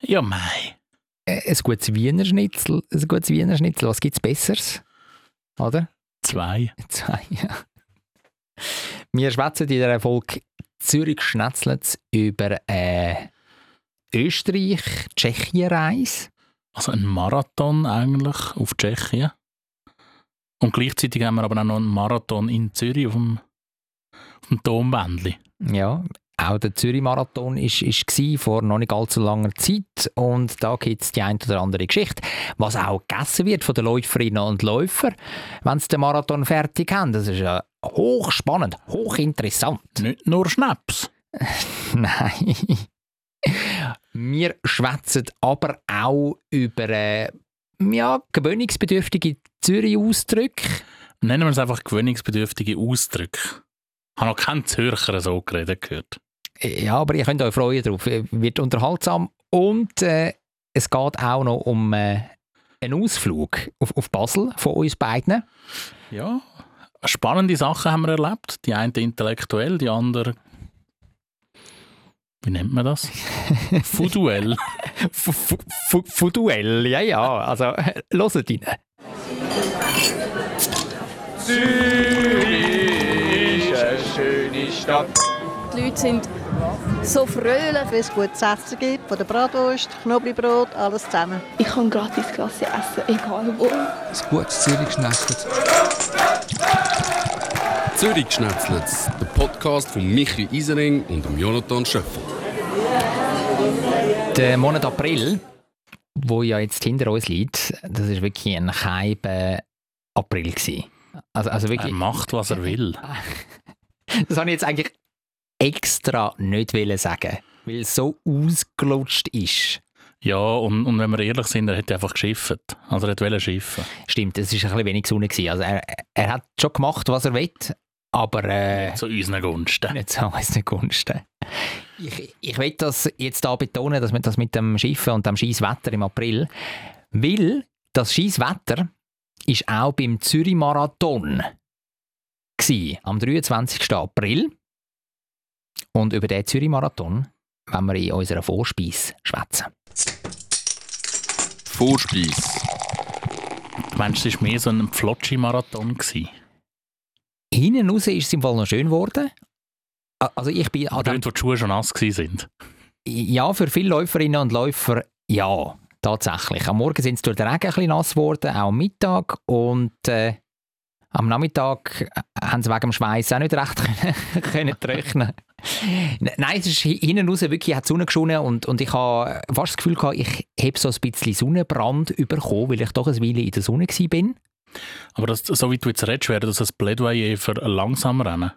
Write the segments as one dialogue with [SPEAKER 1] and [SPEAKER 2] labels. [SPEAKER 1] Ja, mei.
[SPEAKER 2] Äh, Ein gutes Wiener Schnitzel, ein gutes Wiener Schnitzel, was gibt es Besseres? Oder?
[SPEAKER 1] Zwei.
[SPEAKER 2] Zwei, ja. Wir schwätzen in der Folge Zürich Schnetzlitz über äh, Österreich, Tschechien-Reise.
[SPEAKER 1] Also ein Marathon eigentlich auf Tschechien. Und gleichzeitig haben wir aber auch noch einen Marathon in Zürich auf dem, auf dem Domwändli.
[SPEAKER 2] Ja, auch der Zürich-Marathon war ist, ist gsi vor noch nicht allzu langer Zeit und da gibt es die ein oder andere Geschichte, was auch gegessen wird von den Läuferinnen und Läufern, wenn sie den Marathon fertig haben. Das ist ja hochspannend, hochinteressant.
[SPEAKER 1] Nicht nur Schnaps.
[SPEAKER 2] Nein. Wir schwätzen aber auch über äh, ja, gewöhnungsbedürftige Zürich-Ausdrücke.
[SPEAKER 1] Nennen wir es einfach gewöhnungsbedürftige Ausdrücke. Ich habe noch keinen Zürcher so geredet gehört.
[SPEAKER 2] Ja, aber ihr könnt euch freuen drauf. Äh, Wird unterhaltsam. Und äh, es geht auch noch um äh, einen Ausflug auf, auf Basel von uns beiden.
[SPEAKER 1] Ja, spannende Sachen haben wir erlebt. Die eine intellektuell, die andere. Wie nennt man das? Fuduell.
[SPEAKER 2] F- f- Von Duell, ja, ja. Also, äh, hört rein.
[SPEAKER 3] Zürich ist eine schöne Stadt.
[SPEAKER 4] Die Leute sind so fröhlich.
[SPEAKER 5] Wenn es gutes Essen gibt, von der Bratwurst, Knoblauchbrot, alles zusammen.
[SPEAKER 6] Ich kann gratis Klasse essen, egal wo.
[SPEAKER 7] ein gutes Zürich-Schnetzlitz. Zürich-Schnetzlitz, der Podcast von Michi Isering und dem Jonathan Schöffel.
[SPEAKER 2] Der Monat April, wo ja jetzt hinter uns liegt, das ist wirklich ein heiber April gewesen. Also, also
[SPEAKER 1] Er
[SPEAKER 2] wirklich,
[SPEAKER 1] macht, was er will.
[SPEAKER 2] das habe ich jetzt eigentlich extra nicht wollen sagen, weil es so ausgelutscht ist.
[SPEAKER 1] Ja, und, und wenn wir ehrlich sind, er hätte einfach geschifft. Also er wollte schiffen.
[SPEAKER 2] Stimmt, es ist ein bisschen wenig Sonne gewesen. Also er, er hat schon gemacht, was er will, aber äh,
[SPEAKER 1] Zu unseren Gunsten.
[SPEAKER 2] nicht so aus den Gunsten. Ich, ich will das jetzt da betonen, dass man das mit dem Schiffen und dem Scheisswetter im April, weil das Scheisswetter ist auch beim Zürich Marathon gsi am 23. April. Und über den Zürich Marathon wenn wir in unserer Vorspeise schwätzen.
[SPEAKER 7] Vorspeis.
[SPEAKER 1] Du meinst, es war mehr so ein Pflotschi-Marathon. gewesen?
[SPEAKER 2] Hinten raus ist es im Fall noch schön geworden. A- Also ich bin an dem
[SPEAKER 1] Dort, wo die Schuhe schon nass waren.
[SPEAKER 2] Ja, für viele Läuferinnen und Läufer ja, tatsächlich. Am Morgen sind sie durch den Regen ein bisschen nass geworden, auch am Mittag. Und äh, am Nachmittag äh, haben sie wegen dem Schweiß auch nicht recht können, können trocknen. N- Nein, es ist hi- hinten raus wirklich, hat die Sonne geschonen und, und ich habe fast das Gefühl gehabt, ich habe so ein bisschen Sonnenbrand bekommen, weil ich doch eine Weile in der Sonne war.
[SPEAKER 1] Aber das, so wie du jetzt redest, wäre das ein Plädoyer für langsam rennen.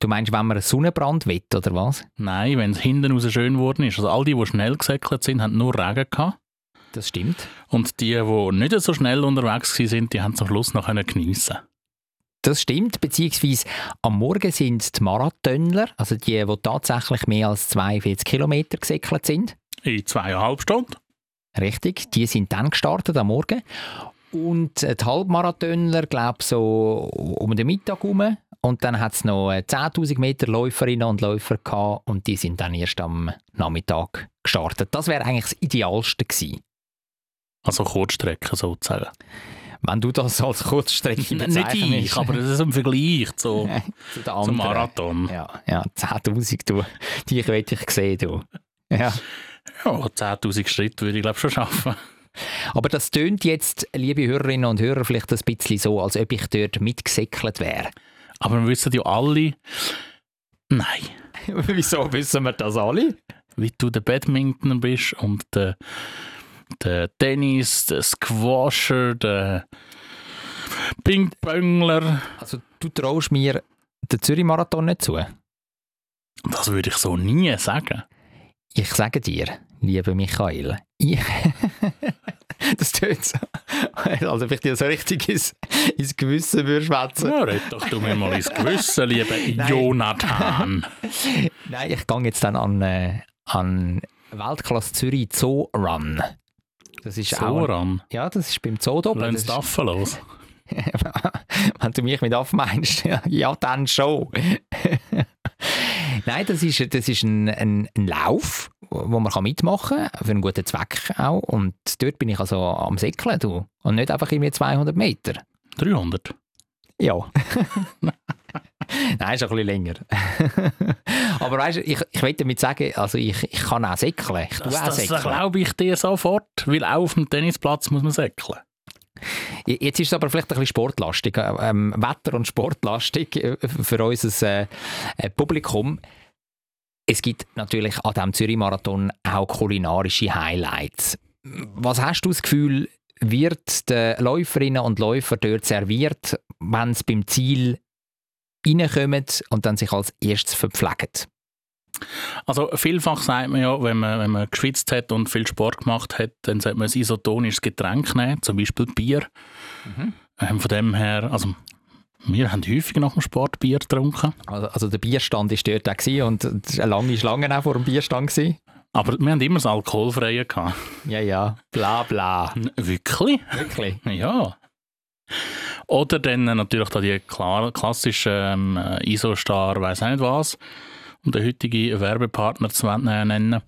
[SPEAKER 2] Du meinst, wenn man einen Sonnenbrand will, oder was?
[SPEAKER 1] Nein, wenn es hinten raus schön geworden ist. Also all die, die schnell gesäckelt sind, haben nur Regen gehabt.
[SPEAKER 2] Das stimmt.
[SPEAKER 1] Und die, die nicht so schnell unterwegs gewesen sind, die haben es am Schluss noch können geniessen
[SPEAKER 2] Das stimmt, beziehungsweise am Morgen sind die Marathonler, also die, die tatsächlich mehr als 42 Kilometer gesäckelt sind,
[SPEAKER 1] In zweieinhalb Stunden.
[SPEAKER 2] richtig, die sind dann gestartet am Morgen. Und äh, die Halbmarathonler, glaube ich, so um den Mittag herum. Und dann hat es noch äh, 10'000 Meter Läuferinnen und Läufer gehabt und die sind dann erst am Nachmittag gestartet. Das wäre eigentlich das Idealste gewesen,
[SPEAKER 1] Also Kurzstrecke sozusagen.
[SPEAKER 2] wenn du das als Kurzstrecke
[SPEAKER 1] Nicht
[SPEAKER 2] bezeichnest.
[SPEAKER 1] ich, aber das ist ein Vergleich zu,
[SPEAKER 2] zu den
[SPEAKER 1] zum
[SPEAKER 2] anderen.
[SPEAKER 1] Marathon.
[SPEAKER 2] Ja, ja 10'000, du. Dich möchte ich sehen, du. Ja.
[SPEAKER 1] Ja, 10.000 Oh, Schritte würde ich glaube schon schaffen.
[SPEAKER 2] Aber das tönt jetzt, liebe Hörerinnen und Hörer, vielleicht ein bisschen so, als ob ich dort mitgesäckelt wäre.
[SPEAKER 1] Aber wir wissen ja alle, nein,
[SPEAKER 2] Wieso wissen wir das alle?
[SPEAKER 1] wie du der Badminton bist und der, der Tennis, der Squasher, der Pingpöngler,
[SPEAKER 2] Also du traust mir den Zürich-Marathon nicht zu.
[SPEAKER 1] das würde ich so nie sagen.
[SPEAKER 2] Ich sage dir, lieber Michael, ich das tönt so, als ob ich dir so richtig ins, ins Gewissen würde schwätzen.
[SPEAKER 1] Ja, red doch du mir mal ins Gewissen, lieber
[SPEAKER 2] Nein.
[SPEAKER 1] Jonathan.
[SPEAKER 2] Nein, ich gehe jetzt dann an, äh, an Weltklasse Zürich Zoo Run. Das ist auch...
[SPEAKER 1] Soran,
[SPEAKER 2] Ja, das ist beim Zoo da.
[SPEAKER 1] lass die Affen los.
[SPEAKER 2] Wenn du mich mit Affen meinst, ja, dann schon. Nein, das ist, das ist ein, ein, ein Lauf, wo man kann mitmachen kann, für einen guten Zweck auch. Und dort bin ich also am Säckeln, du. Und nicht einfach irgendwie 200 Meter.
[SPEAKER 1] 300.
[SPEAKER 2] Ja. Nein, ist ein bisschen länger. Aber weißt du, ich, ich will damit sagen, also ich, ich kann auch säckeln. Ich tue auch
[SPEAKER 1] Das, das
[SPEAKER 2] säckeln.
[SPEAKER 1] glaube ich dir sofort, weil auch auf dem Tennisplatz muss man säckeln.
[SPEAKER 2] Je- Jetzt ist es aber vielleicht ein bisschen sportlastig, äh, ähm, Wetter- und sportlastig äh, für unser äh, äh, Publikum. Es gibt natürlich an diesem Zürich-Marathon auch kulinarische Highlights. Was hast du das Gefühl, wird den Läuferinnen und Läufern dort serviert, wenn sie beim Ziel reinkommen und dann sich als erstes verpflegen?
[SPEAKER 1] Also vielfach sagt man ja, wenn man, wenn man geschwitzt hat und viel Sport gemacht hat, dann sollte man ein isotonisches Getränk nehmen, zum Beispiel Bier. Ähm, von dem her, also wir haben häufig nach dem Sport Bier getrunken,
[SPEAKER 2] Also, also der Bierstand war dort auch gewesen und es war eine lange Schlange auch vor dem Bierstand. gewesen.
[SPEAKER 1] aber wir haben immer das Alkoholfreie gehabt.
[SPEAKER 2] Ja, ja, bla bla.
[SPEAKER 1] N- Wirklich?
[SPEAKER 2] Wirklich.
[SPEAKER 1] Ja. Oder dann äh, natürlich da die klar, klassischen ähm, äh, ISO-Star, weiß auch nicht was, und den heutigen Werbepartner zu nennen.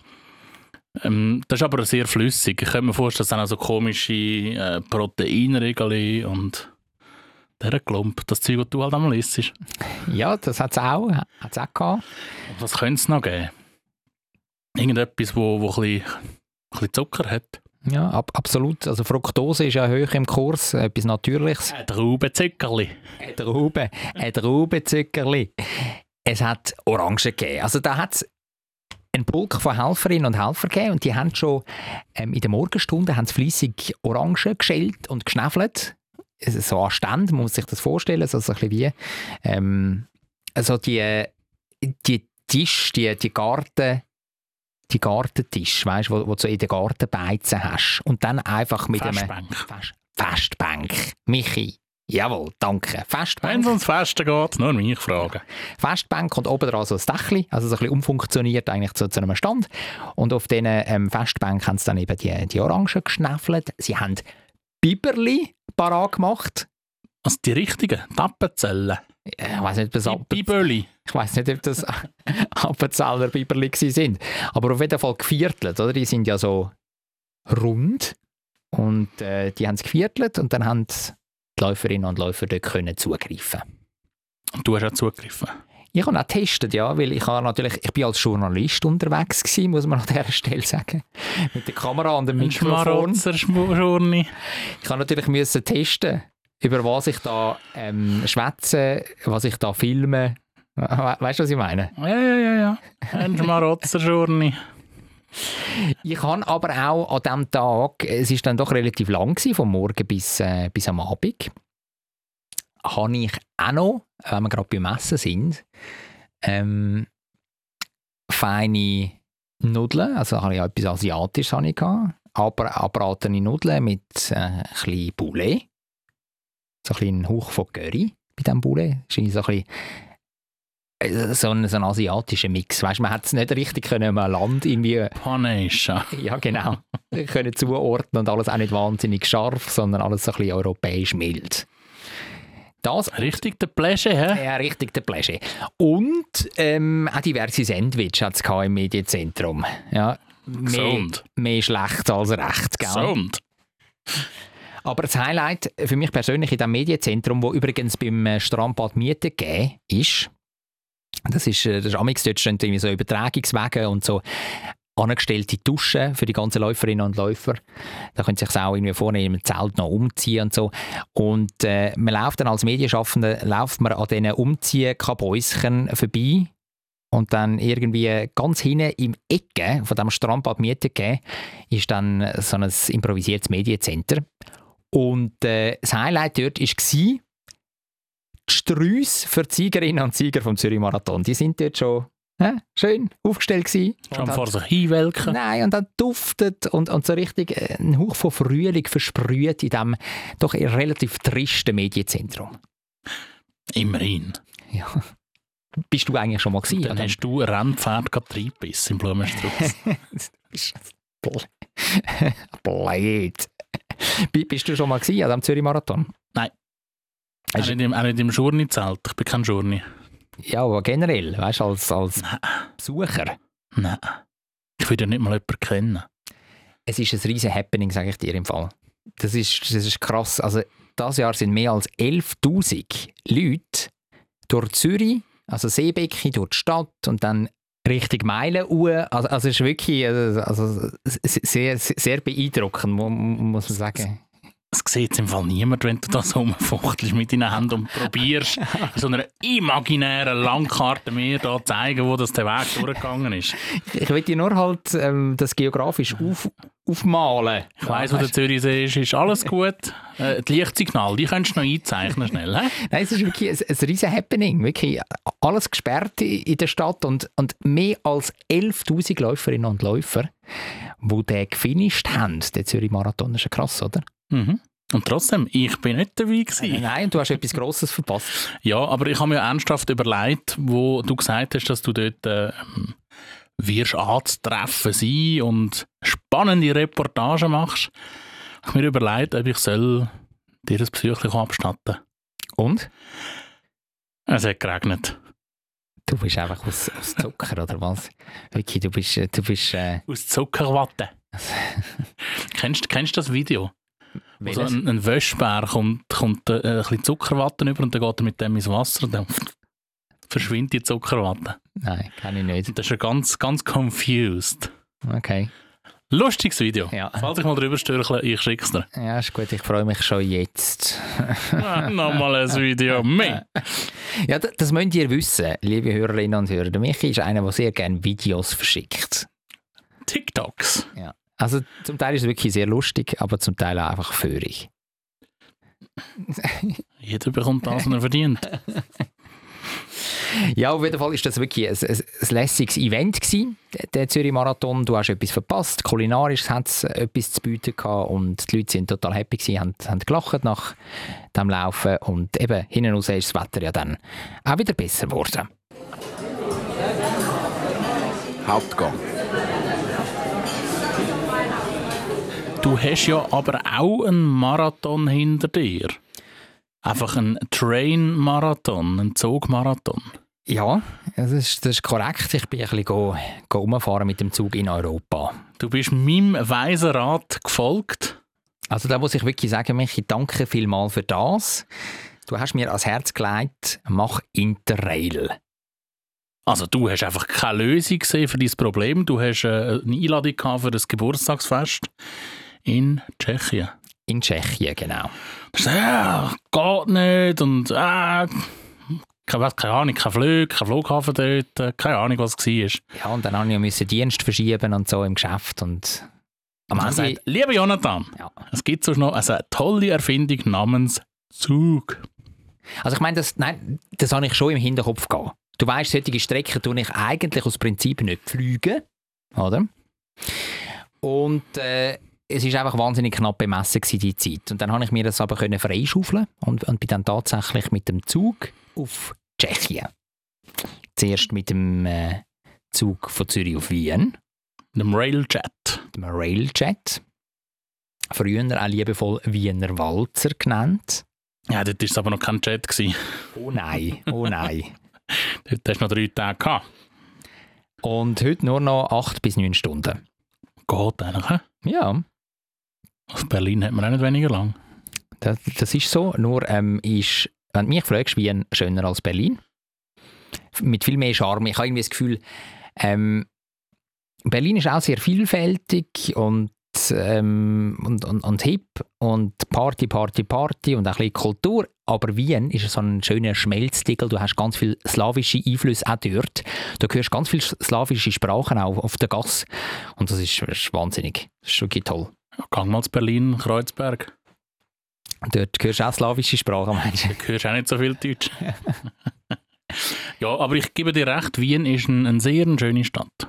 [SPEAKER 1] Ähm, das ist aber sehr flüssig. Ich könnte mir vorstellen, das sind auch so komische äh, Proteinriegel und der Klump, das Zeug, das du halt einmal isst.
[SPEAKER 2] Ja, das hat es auch, hat's auch gehabt.
[SPEAKER 1] Was könnte es noch geben? Irgendetwas, wo, wo ein, bisschen, ein bisschen Zucker hat.
[SPEAKER 2] Ja, ab, absolut. Also Fructose ist ja hoch im Kurs, etwas Natürliches.
[SPEAKER 1] Ein Traubenzuckerli.
[SPEAKER 2] Ein Trauben, ein Traubenzuckerli. Es hat Orangen gegeben. Also da hat es einen Pulk von Helferinnen und Helfern gegeben und die haben schon ähm, in der Morgenstunde haben sie fleissig Orangen geschält und geschnäffelt. Es ist So an Ständen, man muss sich das vorstellen, so, so ein bisschen wie ähm, also die, die Tisch, die, die Garten die Gartentisch, weißt, wo, wo du so in den Gartenbeizen hast und dann einfach mit einem
[SPEAKER 1] Festbank.
[SPEAKER 2] Fest, Festbank. Michi. Jawohl, danke.
[SPEAKER 1] Wenn es
[SPEAKER 2] Festbank.
[SPEAKER 1] ans Festen geht, nur mich fragen.
[SPEAKER 2] Festbank und oben dran so ein Dächli, also so ein bisschen umfunktioniert eigentlich zu, zu einem Stand. Und auf diesen ähm, Festbank haben sie dann eben die, die Orangen geschnäffelt. Sie haben Biberli parat gemacht.
[SPEAKER 1] Also die richtigen Tappenzellen.
[SPEAKER 2] Äh, Ich weiß nicht, ob das,
[SPEAKER 1] Die
[SPEAKER 2] Appen-
[SPEAKER 1] Bibeli.
[SPEAKER 2] ich weiss nicht, ob das Appenzeller Biberli gewesen sind. Aber auf jeden Fall geviertelt, oder? Die sind ja so rund. Und äh, die haben es geviertelt und dann haben die Läuferinnen und Läufer dort können zugreifen.
[SPEAKER 1] Und du hast auch zugegriffen.
[SPEAKER 2] Ich habe auch getestet, ja, weil ich habe natürlich, ich bin als Journalist unterwegs gewesen, muss man an dieser Stelle sagen. Mit der Kamera und dem
[SPEAKER 1] Ein
[SPEAKER 2] Mikrofon.
[SPEAKER 1] Schmarotzer, Schmurni.
[SPEAKER 2] Ich habe natürlich müssen testen, über was ich da ähm, schwätze, was ich da filme. We weißt du, was ich meine?
[SPEAKER 1] Ja, ja, ja, ja. Ein Schmarotzer, Schurni.
[SPEAKER 2] Ich habe aber auch an diesem Tag, es ist dann doch relativ lang gewesen, vom Morgen bis, äh, bis am Abend, habe ich auch noch, wenn wir gerade beim Essen sind, ähm, feine Nudeln, also habe ich auch etwas Asiatisches habe ich gehabt, aber abratene Nudeln mit äh, ein bisschen Boulet, so ein bisschen Hauch von Curry bei diesem Boulet, Scheint so ein bisschen äh, so ein, so ein asiatischer Mix. Weißt, man hat es nicht richtig können, einem Land irgendwie
[SPEAKER 1] Panesha.
[SPEAKER 2] ja, genau. Wir können zuordnen und alles auch nicht wahnsinnig scharf, sondern alles so ein bisschen europäisch mild. Das
[SPEAKER 1] Richtig der Pläsche, hä?
[SPEAKER 2] ja, richtig der Pläsche. Und ähm, auch diverse Sandwich hat es im Medienzentrum. Ja, mehr,
[SPEAKER 1] Gesund.
[SPEAKER 2] mehr schlecht als recht. Gell?
[SPEAKER 1] Gesund.
[SPEAKER 2] Aber das Highlight für mich persönlich in diesem Medienzentrum, wo übrigens beim äh, Strandbad Miete gegeben ist, das ist, äh, das ist amigs, dort stehen irgendwie so Übertragungswege und so angestellte Duschen für die ganzen Läuferinnen und Läufer. Da können sie sich auch irgendwie vorne im Zelt noch umziehen und so. Und äh, man läuft dann als Medienschaffender läuft man an diesen Umziehkabäuschen vorbei und dann irgendwie ganz hinten im Ecke von dem Strandbad Miete gegeben, ist dann so ein improvisiertes Medienzentrum. Und äh, das Highlight dort war die Sträusse für die Siegerinnen und Sieger vom Zürich Marathon. Die sind dort schon hä, schön aufgestellt. Gewesen
[SPEAKER 1] Schon
[SPEAKER 2] und haben-
[SPEAKER 1] vor sich hinwelken.
[SPEAKER 2] Nein, und dann duftet und, und so richtig äh, ein Hauch von Frühling versprüht in diesem doch eher relativ tristen Medienzentrum.
[SPEAKER 1] Immerhin.
[SPEAKER 2] Ja. Bist du eigentlich schon mal gewesen?
[SPEAKER 1] Dann hast du ein Rennpferd getrieben im Blumenstrauß.
[SPEAKER 2] Blöd. Bi- Bist du schon mal gewesen an diesem Zürich-Marathon?
[SPEAKER 1] Nein. Auch
[SPEAKER 2] Hast du-
[SPEAKER 1] nicht im, auch nicht im Journey-Zelt. Ich bin kein Journey.
[SPEAKER 2] Ja, aber generell, weißt du, als, als Besucher.
[SPEAKER 1] Nein. Ich würde ja nicht mal jemanden kennen.
[SPEAKER 2] Es ist ein riesen Happening, sage ich dir im Fall. Das ist, das ist krass. Also, dieses Jahr sind mehr als 11.000 Leute durch Zürich, also Seebecken, durch die Stadt und dann Richtung Meilen uhr. Also, also, es ist wirklich äh, also, s- s- sehr, sehr beeindruckend, mu- muss man sagen.
[SPEAKER 1] Es sieht jetzt im Fall niemand, wenn du da so rumfuchtelst mit deinen Händen und probierst, in so einer imaginären Landkarte mir da zeigen, wo das der Weg durchgegangen ist.
[SPEAKER 2] Ich will dir nur halt ähm, das geografisch auf, aufmalen.
[SPEAKER 1] Ich weiss, wo der Zürichsee ist, ist alles gut. Äh, die Lichtsignal, die könntest du noch einzeichnen schnell. hä?
[SPEAKER 2] Nein, es ist wirklich ein, ein riesen Happening. Wirklich alles gesperrt i- in der Stadt und, und mehr als 11.000 Läuferinnen und Läufer, die den gefinisht haben. Der Zürich-Marathon das ist ja krass, oder?
[SPEAKER 1] Mhm. Und trotzdem, ich bin nicht dabei gewesen.
[SPEAKER 2] Nein, und du hast etwas Grosses verpasst.
[SPEAKER 1] Ja, aber ich habe mir ernsthaft überlegt, wo du gesagt hast, dass du dort äh, ähm, wirst anzutreffen sein und spannende Reportagen machst. Ich habe mir überlegt, ob ich soll dir das Psychlich abstatten
[SPEAKER 2] Und?
[SPEAKER 1] Es hat geregnet.
[SPEAKER 2] Du bist einfach aus, aus Zucker, oder was? Wirklich, du bist, äh, du bist äh,
[SPEAKER 1] Aus Zuckerwatte. kennst, kennst du das Video? Wo so ein, ein Wäschbär kommt, kommt äh, ein bisschen Zuckerwatte über und dann geht er mit dem ins Wasser und dann verschwindet die Zuckerwatte.
[SPEAKER 2] Nein, kann ich nicht.
[SPEAKER 1] Und das ist ja ganz, ganz confused.
[SPEAKER 2] Okay.
[SPEAKER 1] Lustiges Video.
[SPEAKER 2] Ja.
[SPEAKER 1] Falls ich mal drüber störchle, ich schick's dir.
[SPEAKER 2] Ja, ist gut, ich freue mich schon jetzt.
[SPEAKER 1] Ah, Nochmal ein Video mehr.
[SPEAKER 2] Ja, das, das müsst ihr wissen, liebe Hörerinnen und Hörer. Der Michi ist einer, der sehr gerne Videos verschickt.
[SPEAKER 1] TikToks.
[SPEAKER 2] Ja. Also zum Teil ist es wirklich sehr lustig, aber zum Teil auch einfach föhrig.
[SPEAKER 1] Jeder bekommt das, was er verdient.
[SPEAKER 2] Ja, auf jeden Fall ist das wirklich ein, ein, ein lässiges Event gewesen, der- der Zürich-Marathon. Du hast etwas verpasst, kulinarisch hat es etwas zu bieten gehabt und die Leute sind total happy gewesen, haben, haben gelacht nach dem Laufen und eben hinten raus ist das Wetter ja dann auch wieder besser geworden.
[SPEAKER 7] Hauptgang.
[SPEAKER 1] Du hast ja aber auch einen Marathon hinter dir. Einfach einen Train-Marathon, einen Zug-Marathon.
[SPEAKER 2] Ja, das ist, das ist korrekt. Ich bin ein bisschen go, go rumfahren mit dem Zug in Europa.
[SPEAKER 1] Du bist meinem weisen Rat gefolgt.
[SPEAKER 2] Also da muss ich wirklich sagen, Michi, danke vielmal für das. Du hast mir ans Herz gelegt, mach Interrail.
[SPEAKER 1] Also du hast einfach keine Lösung gesehen für dein Problem. Du hast äh, eine Einladung gehabt für das Geburtstagsfest in Tschechien.
[SPEAKER 2] In Tschechien, genau.
[SPEAKER 1] ja, geht nicht und äh, keine, keine Ahnung, kein Flug, kein Flughafen dort, äh, keine Ahnung, was es war.
[SPEAKER 2] Ja, und dann habe ich ja müssen Dienst verschieben und so im Geschäft und am
[SPEAKER 1] Er
[SPEAKER 2] Ende...
[SPEAKER 1] sagt, lieber Jonathan,
[SPEAKER 2] Ja.
[SPEAKER 1] es gibt sonst noch also eine tolle Erfindung namens Zug.
[SPEAKER 2] Also ich meine, das, nein, das habe ich schon im Hinterkopf gehabt. Du weißt, solche Strecken tue ich eigentlich aus Prinzip nicht fliegen, oder? Und äh, es ist einfach wahnsinnig knapp bemessen gewesen, die Zeit. Und dann habe ich mir das aber können freischaufeln und, und bin dann tatsächlich mit dem Zug auf Tschechien. Zuerst mit dem äh, Zug von Zürich auf Wien,
[SPEAKER 1] Dem Railjet.
[SPEAKER 2] dem Railjet. Früher auch liebevoll Wiener Walzer genannt.
[SPEAKER 1] Ja, dort war es aber noch kein Jet. Gewesen.
[SPEAKER 2] Oh nein, oh nein.
[SPEAKER 1] Dort hast du noch drei Tage gehabt.
[SPEAKER 2] Und heute nur noch 8 bis 9 Stunden.
[SPEAKER 1] Geht eigentlich, hä?
[SPEAKER 2] Ja,
[SPEAKER 1] Aus Berlin hat man auch nicht weniger lang.
[SPEAKER 2] das, das ist so. Nur ähm, ist, wenn du mich fragst, Wien schöner als Berlin. F- Mit viel mehr Charme. Ich habe irgendwie das Gefühl, ähm, Berlin ist auch sehr vielfältig und, ähm, und, und, und hip und Party, Party, Party und auch ein bisschen Kultur. Aber Wien ist so ein schöner Schmelztiegel. Du hast ganz viele slawische Einflüsse auch dort. Du hörst ganz viele slawische Sprachen auch auf der Gasse. Und das ist, ist wahnsinnig. Das ist wirklich toll.
[SPEAKER 1] Ja, Gang mal zu Berlin, Kreuzberg.
[SPEAKER 2] Dort hörst du auch slawische Sprachen, meinst du?
[SPEAKER 1] Da hörst du auch nicht so viel Deutsch. ja, aber ich gebe dir recht, Wien ist ein- eine sehr schöne Stadt.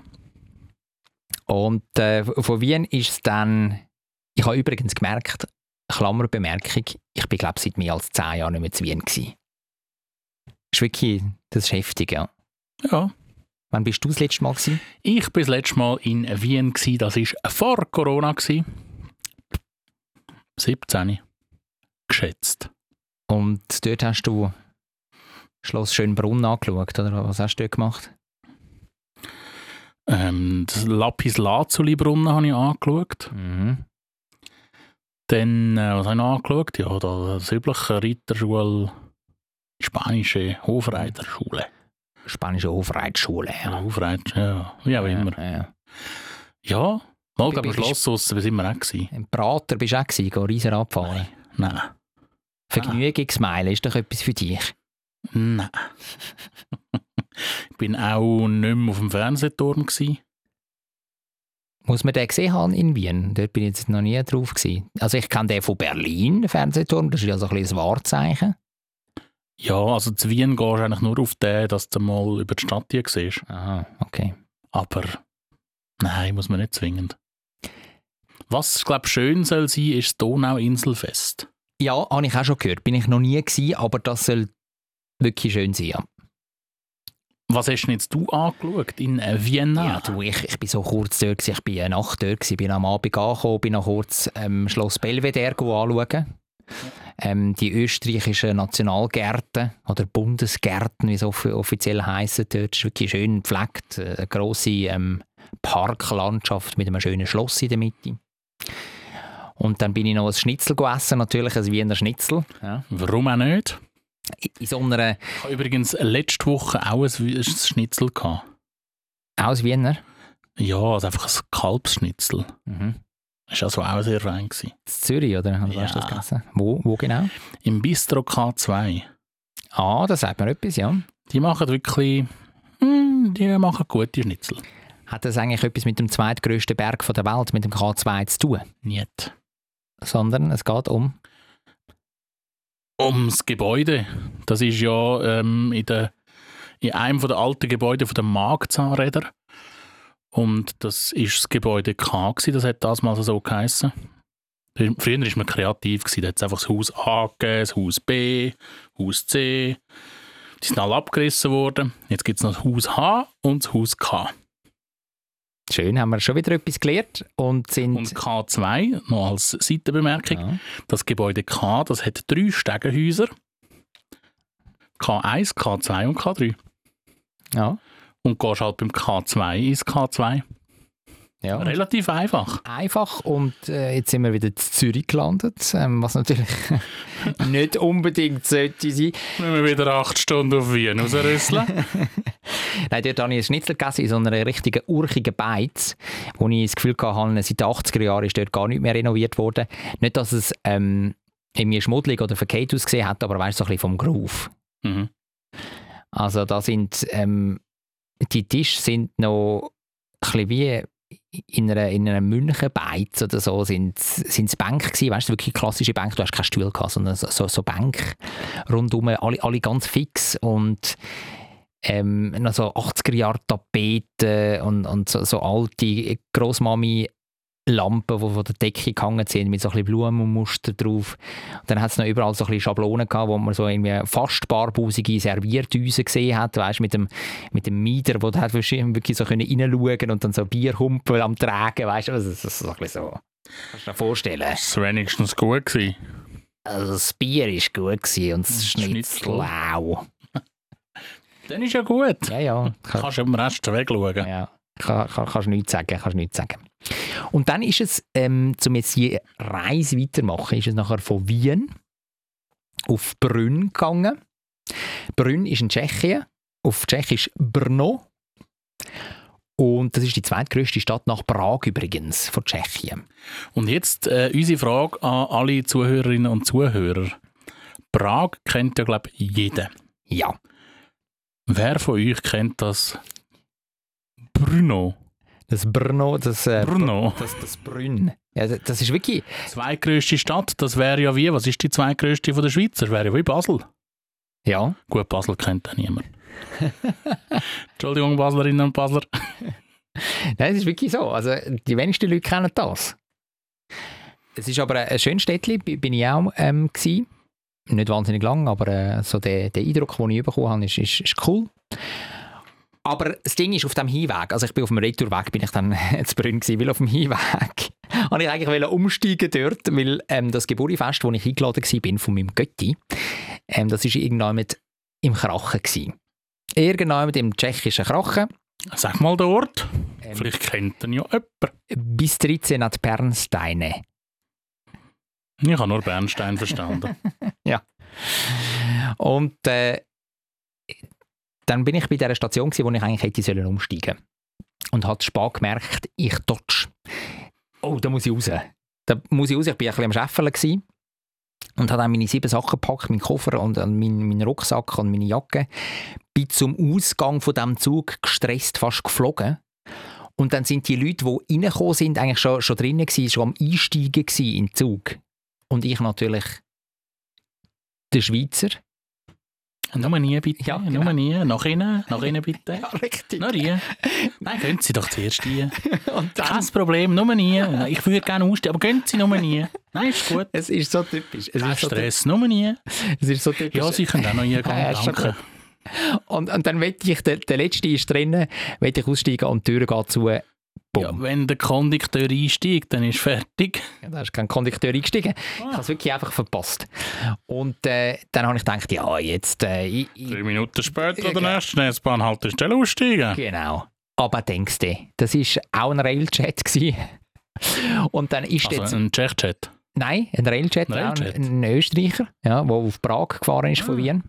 [SPEAKER 2] Und äh, von Wien ist es dann... Ich habe übrigens gemerkt, Klammerbemerkung, ich bin glaube seit mehr als zehn Jahren nicht mehr zu Wien gewesen. Ist wirklich, das ist heftig, ja.
[SPEAKER 1] Ja.
[SPEAKER 2] Wann bist du das letzte Mal gewesen?
[SPEAKER 1] Ich war das letzte Mal in Wien, gsi, das war vor Corona. gsi. 17. Geschätzt.
[SPEAKER 2] Und dort hast du Schloss Schönbrunn angeschaut, oder was hast du dort gemacht?
[SPEAKER 1] Ähm, das Lapis Lazuli Brunnen habe ich angeschaut.
[SPEAKER 2] Mhm.
[SPEAKER 1] Dann, äh, was habe ich noch angeschaut? Ja, da- das übliche Reiterschule, spanische Hofreiterschule.
[SPEAKER 2] Spanische Hofreitschule, ja.
[SPEAKER 1] Hofreiter, ja, wie auch immer.
[SPEAKER 2] Ja, ja.
[SPEAKER 1] Ja, mal glaube ich
[SPEAKER 2] Bi- bi-
[SPEAKER 1] Schloss aus, wie sind wir auch gewesen?
[SPEAKER 2] Im Prater bist du auch gewesen, gehen Riesen abfahren.
[SPEAKER 1] Nein.
[SPEAKER 2] Vergnügungsmeile ist doch etwas für dich.
[SPEAKER 1] Nein. ich bin auch nicht mehr auf dem Fernsehturm. Gewesen.
[SPEAKER 2] Muss man den gesehen haben in Wien? Dort bin ich jetzt noch nie drauf gewesen. Also ich kenne den von Berlin, den Fernsehturm, das ist ja so ein bisschen ein Wahrzeichen.
[SPEAKER 1] Ja, also zu Wien gehst du eigentlich nur auf den, dass du mal über die Stadt hier siehst.
[SPEAKER 2] Aha, okay.
[SPEAKER 1] Aber nein, muss man nicht zwingend. Was, glaube schön soll sein, ist das Donauinselfest.
[SPEAKER 2] Ja, habe ich auch schon gehört. Bin ich noch nie gewesen, aber das soll wirklich schön sein. Ja,
[SPEAKER 1] Was hast denn jetzt du angeschaut in äh,
[SPEAKER 2] ja
[SPEAKER 1] Vienna?
[SPEAKER 2] du, ich, ich bin so kurz dort, gewesen. ich bin eine Nacht dort, gewesen, bin am Abend angekommen, bin noch kurz ähm, Schloss Belvedere go anschauen. Ähm, die österreichischen Nationalgärten oder Bundesgärten, wie sie offi- offiziell heißen, dort ist wirklich schön gepflegt. Äh, Eine grosse ähm, Parklandschaft mit einem schönen Schloss in der Mitte. Und dann bin ich noch ein Schnitzel gegessen, natürlich ein Wiener Schnitzel. Ja.
[SPEAKER 1] Warum auch nicht?
[SPEAKER 2] In, in so einer,
[SPEAKER 1] Ich habe übrigens letzte Woche auch ein Wi- ein Schnitzel gehabt.
[SPEAKER 2] auch ein Wiener.
[SPEAKER 1] Ja, also einfach ein Kalbsschnitzel.
[SPEAKER 2] Mhm.
[SPEAKER 1] Das war also auch sehr fein. Gewesen.
[SPEAKER 2] In Zürich, oder? Also,
[SPEAKER 1] Ja.
[SPEAKER 2] Hast du das gegessen? Wo, wo genau?
[SPEAKER 1] Im Bistro K2.
[SPEAKER 2] Ah, das sagt mir etwas, ja.
[SPEAKER 1] Die machen wirklich. mm, Die machen gute Schnitzel.
[SPEAKER 2] Hat das eigentlich etwas mit dem zweitgrößten Berg von der Welt, mit dem K2 zu tun?
[SPEAKER 1] Nicht.
[SPEAKER 2] Sondern es geht um.
[SPEAKER 1] Ums Gebäude. Das ist ja ähm, in, der, in einem der alten Gebäude von der Marktzahnräder. Und das ist das Gebäude K, gewesen. das hat das mal so geheißen. Früher war man kreativ, gewesen. da hat es einfach das Haus A gegeben, das Haus B, Haus C. Die sind alle abgerissen worden. Jetzt gibt es noch das Haus H und das Haus K.
[SPEAKER 2] Schön, haben wir schon wieder etwas gelernt und sind.
[SPEAKER 1] Und K2, noch als Seitenbemerkung,
[SPEAKER 2] ja.
[SPEAKER 1] Das Gebäude K, das hat drei Stegenhäuser. K1, K2 und K3.
[SPEAKER 2] Ja.
[SPEAKER 1] Und gehst halt beim K2 ins K2.
[SPEAKER 2] ja.
[SPEAKER 1] Relativ einfach.
[SPEAKER 2] Einfach und äh, jetzt sind wir wieder in Zürich gelandet, ähm, was natürlich nicht unbedingt sollte sein.
[SPEAKER 1] Müssen wir wieder acht Stunden auf Wien rausrüsseln.
[SPEAKER 2] Nein, dort habe ich ein Schnitzel gegessen in so einer richtigen urchigen Beiz, wo ich das Gefühl hatte, seit den 80er Jahren ist dort gar nicht mehr renoviert worden. Nicht, dass es ähm, irgendwie schmuddelig oder verkehrt ausgesehen hat, aber weißt du, so ein bisschen vom Groove.
[SPEAKER 1] mhm.
[SPEAKER 2] Also da sind, ähm, die Tische sind noch ein bisschen wie in einer, in einer München Beiz oder so sind sind es Bänke gewesen, weißt du, wirklich klassische Bänke, du hast keinen Stuhl gehabt, sondern so, so, so Bänke rundum, alle, alle ganz fix und ähm, noch so 80er Jahre Tapeten und, und so, so alte Großmami Lampen, die von der Decke gehangen sind, mit so ein bisschen Blumenmuster drauf. Und dann hat es noch überall so ein bisschen Schablonen gehabt, wo man so irgendwie fast barbusige Servierdüsen gesehen hat, weißt, mit dem, mit dem Mieder, wo du hat wirklich so können reinschauen und dann so Bierhumpen am Tragen, weißt du, also, das ist so ein bisschen so. Kannst du dir vorstellen?
[SPEAKER 1] Das war wenigstens gut. Gewesen.
[SPEAKER 2] Also das Bier ist gut gewesen und das Schnitzel
[SPEAKER 1] Schnitzel.
[SPEAKER 2] auch.
[SPEAKER 1] Dann ist ja gut.
[SPEAKER 2] Ja, ja.
[SPEAKER 1] Kannst du im Rest wegschauen.
[SPEAKER 2] Ja. Kann, kann, kannst nichts sagen, kannst nichts sagen. Und dann ist es, ähm, um jetzt die Reise weitermachen, ist es nachher von Wien auf Brünn gegangen. Brünn ist in Tschechien, auf Tschechisch Brno. Und das ist die zweitgrößte Stadt nach Prag übrigens, von Tschechien.
[SPEAKER 1] Und jetzt äh, unsere Frage an alle Zuhörerinnen und Zuhörer. Prag kennt ja, glaube ich, jeder.
[SPEAKER 2] Ja,
[SPEAKER 1] Wer von euch kennt das? Bruno.
[SPEAKER 2] das Brno, das, äh,
[SPEAKER 1] Bruno.
[SPEAKER 2] das, das Brünn. Ja, das, das ist wirklich,
[SPEAKER 1] Zweitgrößte Stadt, das wäre ja wie, was ist die zweitgrößte von der Schweiz? Das wäre ja wie Basel.
[SPEAKER 2] ja,
[SPEAKER 1] Gut, Basel kennt auch niemand. Entschuldigung, Baslerinnen und Basler.
[SPEAKER 2] Nein, es ist wirklich so. Also, die wenigsten Leute kennen das. Es ist aber ein schönes Städtchen, bi- bin ich auch ähm, gsi. Nicht wahnsinnig lang, aber äh, so der, der Eindruck, den ich bekommen habe, ist, ist, ist cool. Aber das Ding ist auf dem Hinweg, also ich bin auf dem Retourweg, bin ich dann zu Brünn gewesen, weil auf dem Hinweg habe ich eigentlich wollen umsteigen dort, weil ähm, das Geburtfest, wo ich eingeladen war, bin von meinem Götti, ähm, das ist irgendwann mit im Krachen. Gewesen. Irgendjemand im tschechischen Krachen.
[SPEAKER 1] Sag mal den Ort.
[SPEAKER 2] Ähm,
[SPEAKER 1] Vielleicht kennt ihn ja jemand.
[SPEAKER 2] Bistrice nad Bernsteine.
[SPEAKER 1] Ich habe nur Bernstein verstanden.
[SPEAKER 2] Und äh, dann bin ich bei dieser Station, gewesen, wo ich eigentlich hätte sollen umsteigen Und habe spät gemerkt, ich dodge. Oh, da muss ich raus. Da muss ich raus. Ich war ein bisschen am Scheffeln. gewesen Und habe dann meine sieben Sachen gepackt, meinen Koffer und und meinen, meinen Rucksack und meine Jacke. Bin zum Ausgang von diesem Zug gestresst, fast geflogen. Und dann sind die Leute, die reingekommen sind, eigentlich schon, schon drinnen gewesen, schon am Einsteigen gewesen in den Zug. Und ich natürlich der Schweizer.
[SPEAKER 1] nur nie bitte.
[SPEAKER 2] Ja, genau.
[SPEAKER 1] Nur nie. Nach innen, nach innen bitte.
[SPEAKER 2] richtig.
[SPEAKER 1] Nur nie. Nein, gehen Sie doch zuerst rein.
[SPEAKER 2] Und dann,
[SPEAKER 1] Kein Problem, nur nie. Ich würde gerne ausstehen, aber gehen Sie nur nie. Nein, ist gut.
[SPEAKER 2] es ist so typisch. Es
[SPEAKER 1] Kein
[SPEAKER 2] ist so typisch.
[SPEAKER 1] Stress, nur nie.
[SPEAKER 2] Es ist so typisch.
[SPEAKER 1] Ja, Sie können auch noch eingehen.
[SPEAKER 2] Ja, ist schon
[SPEAKER 1] Danke.
[SPEAKER 2] Und, und dann will ich, der, der letzte ist drinnen, will ich aussteigen und die Tür geht zu.
[SPEAKER 1] Ja,
[SPEAKER 2] Bumm.
[SPEAKER 1] wenn der Kondukteur einsteigt, dann ist fertig.
[SPEAKER 2] Ja, da ist kein Kondukteur eingestiegen. Ich
[SPEAKER 1] Ah.
[SPEAKER 2] habe es wirklich einfach verpasst. Und äh, dann habe ich gedacht, ja, jetzt. Äh, ich, ich,
[SPEAKER 1] Drei Minuten später
[SPEAKER 2] Ja,
[SPEAKER 1] an der
[SPEAKER 2] genau.
[SPEAKER 1] nächsten S-Bahn-Haltestelle aussteigen.
[SPEAKER 2] genau. Aber denkst du, das war auch ein Railchat. gewesen. Und dann ist jetzt.
[SPEAKER 1] Also ein Check-Chat.
[SPEAKER 2] Nein, ein Railchat,
[SPEAKER 1] Ein
[SPEAKER 2] auch ein,
[SPEAKER 1] Railjet?
[SPEAKER 2] ein Österreicher, ja, der auf Prag gefahren ist von
[SPEAKER 1] Ah.
[SPEAKER 2] Wien.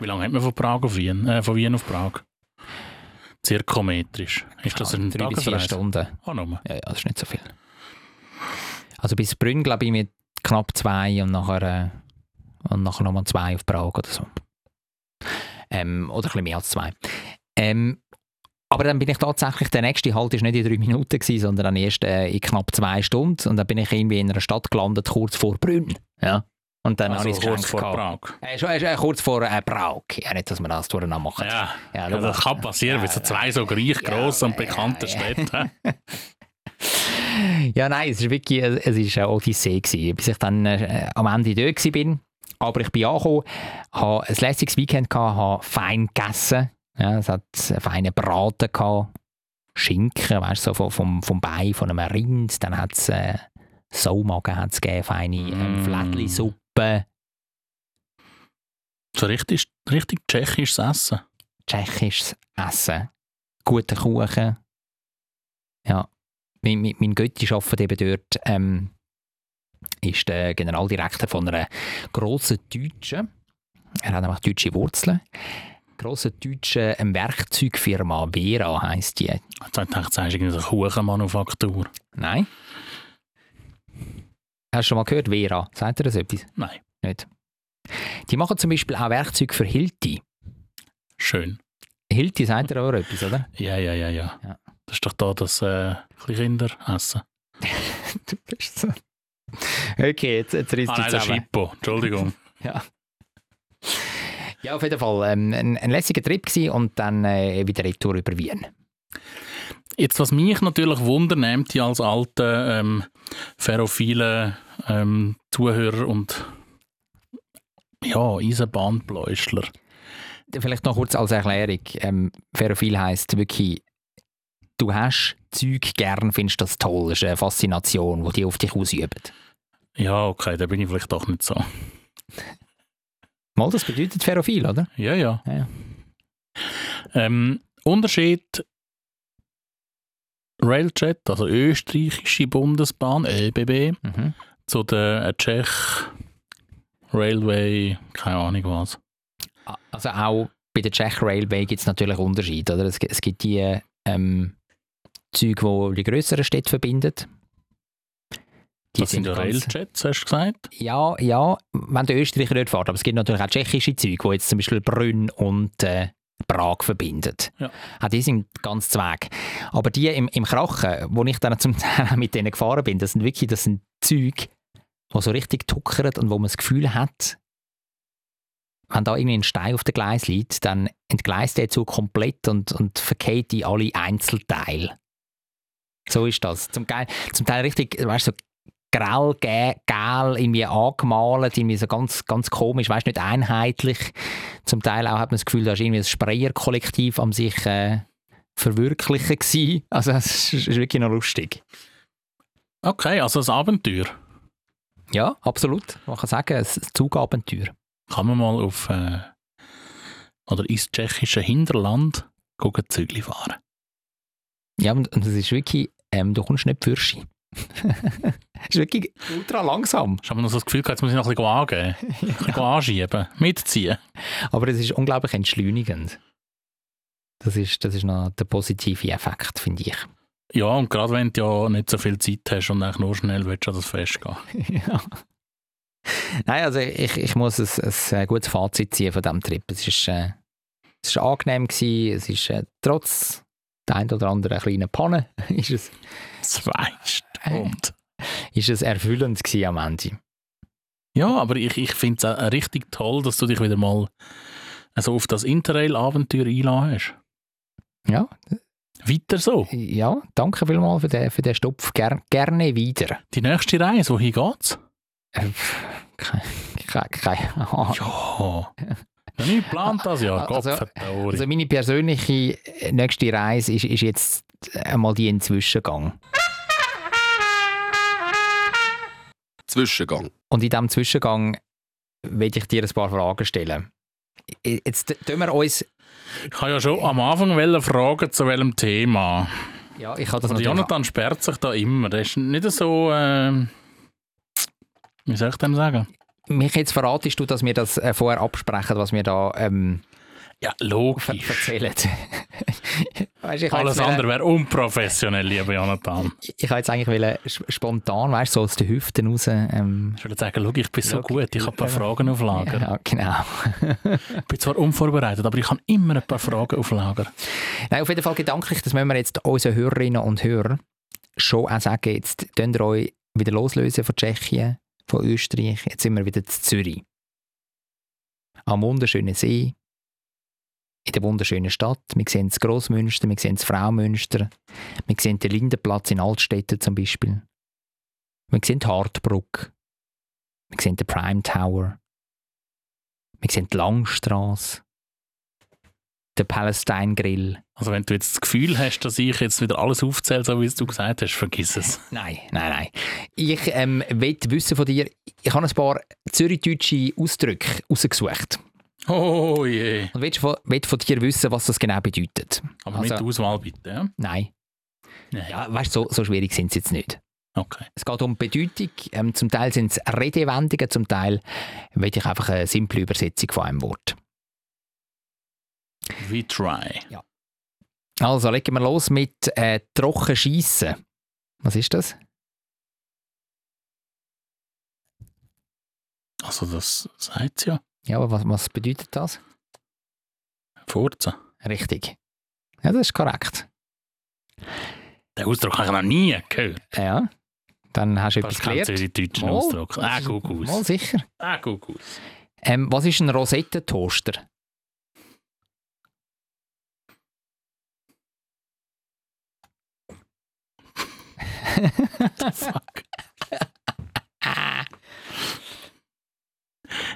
[SPEAKER 1] Wie lange hat man von Prag auf Wien? Äh, von Wien auf Prag? Zirkometrisch. Ist das ein
[SPEAKER 2] drei bis vier
[SPEAKER 1] Tagesreise?
[SPEAKER 2] Stunden.
[SPEAKER 1] Ah, nur.
[SPEAKER 2] Ja, ja, das ist nicht so viel. Also bis Brünn, glaube ich, mit knapp zwei und nachher, äh, und nachher nochmal zwei auf Prag oder so. Ähm, oder ein bisschen mehr als zwei. Ähm, aber dann bin ich tatsächlich, der nächste Halt ist nicht in drei Minuten, gewesen, sondern dann erst äh, in knapp zwei Stunden. Und dann bin ich irgendwie in einer Stadt gelandet, kurz vor Brünn. Ja. Und dann habe
[SPEAKER 1] Also
[SPEAKER 2] ich es
[SPEAKER 1] kurz
[SPEAKER 2] geschenkt
[SPEAKER 1] vor
[SPEAKER 2] gehabt.
[SPEAKER 1] Prag.
[SPEAKER 2] Äh, schon, äh, kurz vor äh, Prag. Ja, nicht, dass man das durcheinander macht.
[SPEAKER 1] Ja, ja,
[SPEAKER 2] Ja,
[SPEAKER 1] das
[SPEAKER 2] logisch.
[SPEAKER 1] kann passieren, weil so zwei so gleich
[SPEAKER 2] Ja,
[SPEAKER 1] grossen und
[SPEAKER 2] ja,
[SPEAKER 1] bekannten
[SPEAKER 2] ja.
[SPEAKER 1] Städte.
[SPEAKER 2] Ja, nein, es war wirklich äh, es ist eine Odyssee, gewesen, bis ich dann äh, am Ende dort gewesen bin. Aber ich bin angekommen, habe ein lässiges Weekend, gehabt, habe fein gegessen. Ja, es hat einen feinen Braten, gehabt, Schinken, weißt du, so vom, vom, vom Bein, von einem Rind. Dann hat es äh, Saumagen hat's gegeben, feine ähm,
[SPEAKER 1] Mm.
[SPEAKER 2] Flätlisuppe,
[SPEAKER 1] So richtig, richtig tschechisches Essen.
[SPEAKER 2] tschechisches Essen, guten Kuchen. Ja, mein, mein, mein Götti arbeitet eben dort, ähm, ist der Generaldirektor von einer grossen deutschen, er hat nämlich deutsche Wurzeln, grossen deutschen ähm, Werkzeugfirma, Vera heisst die.
[SPEAKER 1] Jetzt habe ich gedacht, das ist irgendeine Kuchenmanufaktur.
[SPEAKER 2] Nein? Hast du schon mal gehört, Vera? Sagt ihr das etwas?
[SPEAKER 1] Nein.
[SPEAKER 2] Nicht. Die machen zum Beispiel auch Werkzeuge für Hilti.
[SPEAKER 1] Schön.
[SPEAKER 2] Hilti sagt ihr aber etwas, oder?
[SPEAKER 1] Ja, ja, ja, ja.
[SPEAKER 2] Ja.
[SPEAKER 1] Das ist doch da das äh, Kinder essen.
[SPEAKER 2] Du bist so. Okay, jetzt, jetzt reißt
[SPEAKER 1] Ah,
[SPEAKER 2] du
[SPEAKER 1] nein, das ist
[SPEAKER 2] zusammen.
[SPEAKER 1] Hippo. Entschuldigung.
[SPEAKER 2] Ja, auf jeden Fall. Ähm, ein, ein lässiger Trip gewesen und dann äh, wieder Retour über Wien.
[SPEAKER 1] Jetzt, was mich natürlich wundernimmt, die als alte, ähm, ferrophile ähm, Zuhörer und ja, Eisenbahnbläuschler.
[SPEAKER 2] Vielleicht noch kurz als Erklärung. Ähm, Ferrophil heisst wirklich, du hast Zeug gern, findest das toll. Das ist eine Faszination, die die auf dich ausüben.
[SPEAKER 1] Ja, okay, da bin ich vielleicht doch nicht so.
[SPEAKER 2] Mal, das bedeutet Ferrophil, oder?
[SPEAKER 1] Ja, ja.
[SPEAKER 2] Ja, ja.
[SPEAKER 1] Ähm, Unterschied Railjet, also österreichische Bundesbahn, ÖBB,
[SPEAKER 2] Mhm.
[SPEAKER 1] zu der äh, Czech Railway, keine Ahnung was.
[SPEAKER 2] A- Also auch bei der Czech Railway gibt es natürlich Unterschiede. Oder? Es, gi- es gibt die ähm, Züge, die die größeren Städte verbinden. Die
[SPEAKER 1] das sind ja
[SPEAKER 2] ganz-
[SPEAKER 1] Railjets, hast du gesagt?
[SPEAKER 2] Ja, ja, wenn der Österreicher nicht fährt. Aber es gibt natürlich auch tschechische Züge, die jetzt zum Beispiel Brünn und äh, Prag verbinden.
[SPEAKER 1] Ja.
[SPEAKER 2] Auch die sind ganz zweig. Aber die im, im Krachen, wo ich dann zum Teil mit denen gefahren bin, das sind wirklich das sind Züge, die so richtig tuckern und wo man das Gefühl hat, wenn da irgendwie ein Stein auf dem Gleis liegt, dann entgleist der Zug komplett und, und verkehrt in alle Einzelteile. So ist das. Zum Teil, zum Teil richtig, weißt du, so grell, ge- gel, irgendwie angemalt, irgendwie so ganz, ganz komisch, weißt du, nicht einheitlich. Zum Teil auch hat man das Gefühl, da ist irgendwie ein Sprayer-Kollektiv am sich äh, verwirklichen gewesen. Also es ist, ist wirklich noch lustig.
[SPEAKER 1] Okay, also ein Abenteuer.
[SPEAKER 2] Ja, absolut. Man kann sagen, ein ein Zugabenteuer.
[SPEAKER 1] Kann man mal auf äh, oder ins tschechische Hinterland schauen, Zügli fahren.
[SPEAKER 2] Ja, und und es ist wirklich, ähm, du kommst nicht Fürschi. ist wirklich ultra langsam.
[SPEAKER 1] Ich habe noch so das Gefühl, gehabt, jetzt muss ich noch ein bisschen angeben, ein bisschen anschieben, mitziehen.
[SPEAKER 2] Aber es ist unglaublich entschleunigend. Das ist, das ist noch der positive Effekt, finde ich.
[SPEAKER 1] Ja, und gerade wenn du ja nicht so viel Zeit hast und eigentlich nur schnell willst du an das Fest gehen.
[SPEAKER 2] ja. Nein, also ich, ich muss ein, ein äh, gutes Fazit ziehen von diesem Trip. Es ist, äh, es ist angenehm, gewesen. es ist äh, trotz der ein oder anderen kleinen Panne ist es,
[SPEAKER 1] Zwei
[SPEAKER 2] Äh.
[SPEAKER 1] Stunden.
[SPEAKER 2] ist es erfüllend gewesen am Ende.
[SPEAKER 1] Ja, aber ich, ich finde es auch richtig toll, dass du dich wieder mal so auf das Interrail-Abenteuer einladen hast.
[SPEAKER 2] Ja,
[SPEAKER 1] Weiter so.
[SPEAKER 2] ja danke vielmals für den, für den Stopf. Ger gerne wieder.
[SPEAKER 1] Die nächste Reise, wohin geht's?
[SPEAKER 2] Äh, pff, Keine, keine, keine Ahnung.
[SPEAKER 1] Ja. Ja, nicht geplant das Jahr.
[SPEAKER 2] Ah. Also-
[SPEAKER 1] Gottverdori.
[SPEAKER 2] Also meine persönliche äh, nächste Reise ist, ist jetzt einmal die in den Zwischengang.
[SPEAKER 7] Zwischengang.
[SPEAKER 2] Und in diesem Zwischengang will ich dir ein paar Fragen stellen. Jetzt tun wir uns.
[SPEAKER 1] ich habe ja schon am Anfang wollen fragen zu welchem Thema.
[SPEAKER 2] Ja, ich habe das
[SPEAKER 1] Und
[SPEAKER 2] natürlich-
[SPEAKER 1] Also, Jonathan sperrt sich da immer. Das ist nicht so. ähm, wie soll ich dem sagen?
[SPEAKER 2] Mich jetzt verratest du, dass wir das äh, vorher absprechen, was wir da ähm,
[SPEAKER 1] Ja,
[SPEAKER 2] ver
[SPEAKER 1] logisch.
[SPEAKER 2] erzählen. weißt, ich habe
[SPEAKER 1] Alles
[SPEAKER 2] jetzt wollen-
[SPEAKER 1] andere wäre unprofessionell, lieber Jonathan.
[SPEAKER 2] Ich habe jetzt eigentlich wollen, sp- spontan, weißt du, so aus den Hüften raus. Ähm,
[SPEAKER 1] Ich würde sagen, schau, ich bin so
[SPEAKER 2] Schau,
[SPEAKER 1] gut, ich habe ein paar
[SPEAKER 2] äh,
[SPEAKER 1] Fragen auf Lager.
[SPEAKER 2] ja, genau.
[SPEAKER 1] Ich bin zwar unvorbereitet, aber ich habe immer ein paar Fragen auf Lager.
[SPEAKER 2] Nein, auf jeden Fall gedanklich, das müssen wir jetzt unseren Hörerinnen und Hörern schon auch sagen. Jetzt könnt ihr euch wieder loslösen von Tschechien, von Österreich. Jetzt sind wir wieder zu Zürich. Am wunderschönen See, in der wunderschönen Stadt. Wir sehen das Grossmünster, wir sehen das Fraumünster, wir sehen den Lindenplatz in Altstädten zum Beispiel. Wir sehen die Hartbrücke, wir sehen den Prime Tower, wir sehen die Langstrasse, den Palestine Grill.
[SPEAKER 1] Also wenn du jetzt das Gefühl hast, dass ich jetzt wieder alles aufzähle, so wie es du gesagt hast, vergiss es.
[SPEAKER 2] Nein, nein, nein. Ich ähm, will wissen von dir, ich habe ein paar zürichdeutsche Ausdrücke rausgesucht.
[SPEAKER 1] Oh je.
[SPEAKER 2] Und will von, will von dir wissen, was das genau bedeutet.
[SPEAKER 1] Aber
[SPEAKER 2] Also-
[SPEAKER 1] mit Auswahl bitte. Ja?
[SPEAKER 2] Nein.
[SPEAKER 1] Nein.
[SPEAKER 2] Ja, weißt du, so, so schwierig sind sie jetzt nicht.
[SPEAKER 1] Okay.
[SPEAKER 2] Es geht um Bedeutung. Ähm, zum Teil sind es Redewendungen, zum Teil will ich einfach eine simple Übersetzung von einem Wort.
[SPEAKER 1] We try.
[SPEAKER 2] Also, legen wir los mit äh, trocken schiessen. Was ist das?
[SPEAKER 1] Also das sagt ja.
[SPEAKER 2] Ja, aber was, was bedeutet das?
[SPEAKER 1] Furzen.
[SPEAKER 2] Richtig. Ja, das ist korrekt.
[SPEAKER 1] Den Ausdruck habe ich noch nie gehört.
[SPEAKER 2] Ja. Dann hast du
[SPEAKER 1] Das
[SPEAKER 2] etwas
[SPEAKER 1] ist kein
[SPEAKER 2] gelernt.
[SPEAKER 1] zürichdeutschen
[SPEAKER 2] Mal.
[SPEAKER 1] Ausdruck. Ah, guck
[SPEAKER 2] Mal
[SPEAKER 1] aus.
[SPEAKER 2] sicher.
[SPEAKER 1] Ah, guck aus.
[SPEAKER 2] Ähm, was ist ein Rosettentoaster?
[SPEAKER 1] Fuck.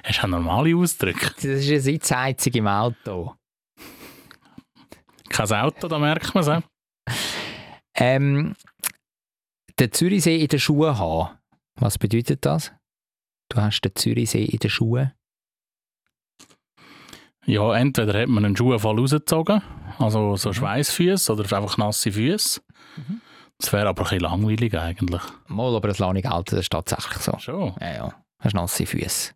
[SPEAKER 1] Hast du auch normale Ausdrücke?
[SPEAKER 2] Das ist eine Sitzheizung im Auto.
[SPEAKER 1] Kein Auto, da merkt man es.
[SPEAKER 2] Ähm, den Zürichsee in den Schuhen haben. Was bedeutet das? Du hast den Zürichsee in den Schuhen.
[SPEAKER 1] Ja, entweder hat man einen Schuh voll rausgezogen, also
[SPEAKER 2] Mhm.
[SPEAKER 1] so Schweißfüße oder einfach nasse Füße. Das wäre aber ein bisschen langweilig eigentlich.
[SPEAKER 2] Mal, aber das lasse ich gelten, das ist tatsächlich so.
[SPEAKER 1] Schon.
[SPEAKER 2] Ja, ja. Hast nasse Füße.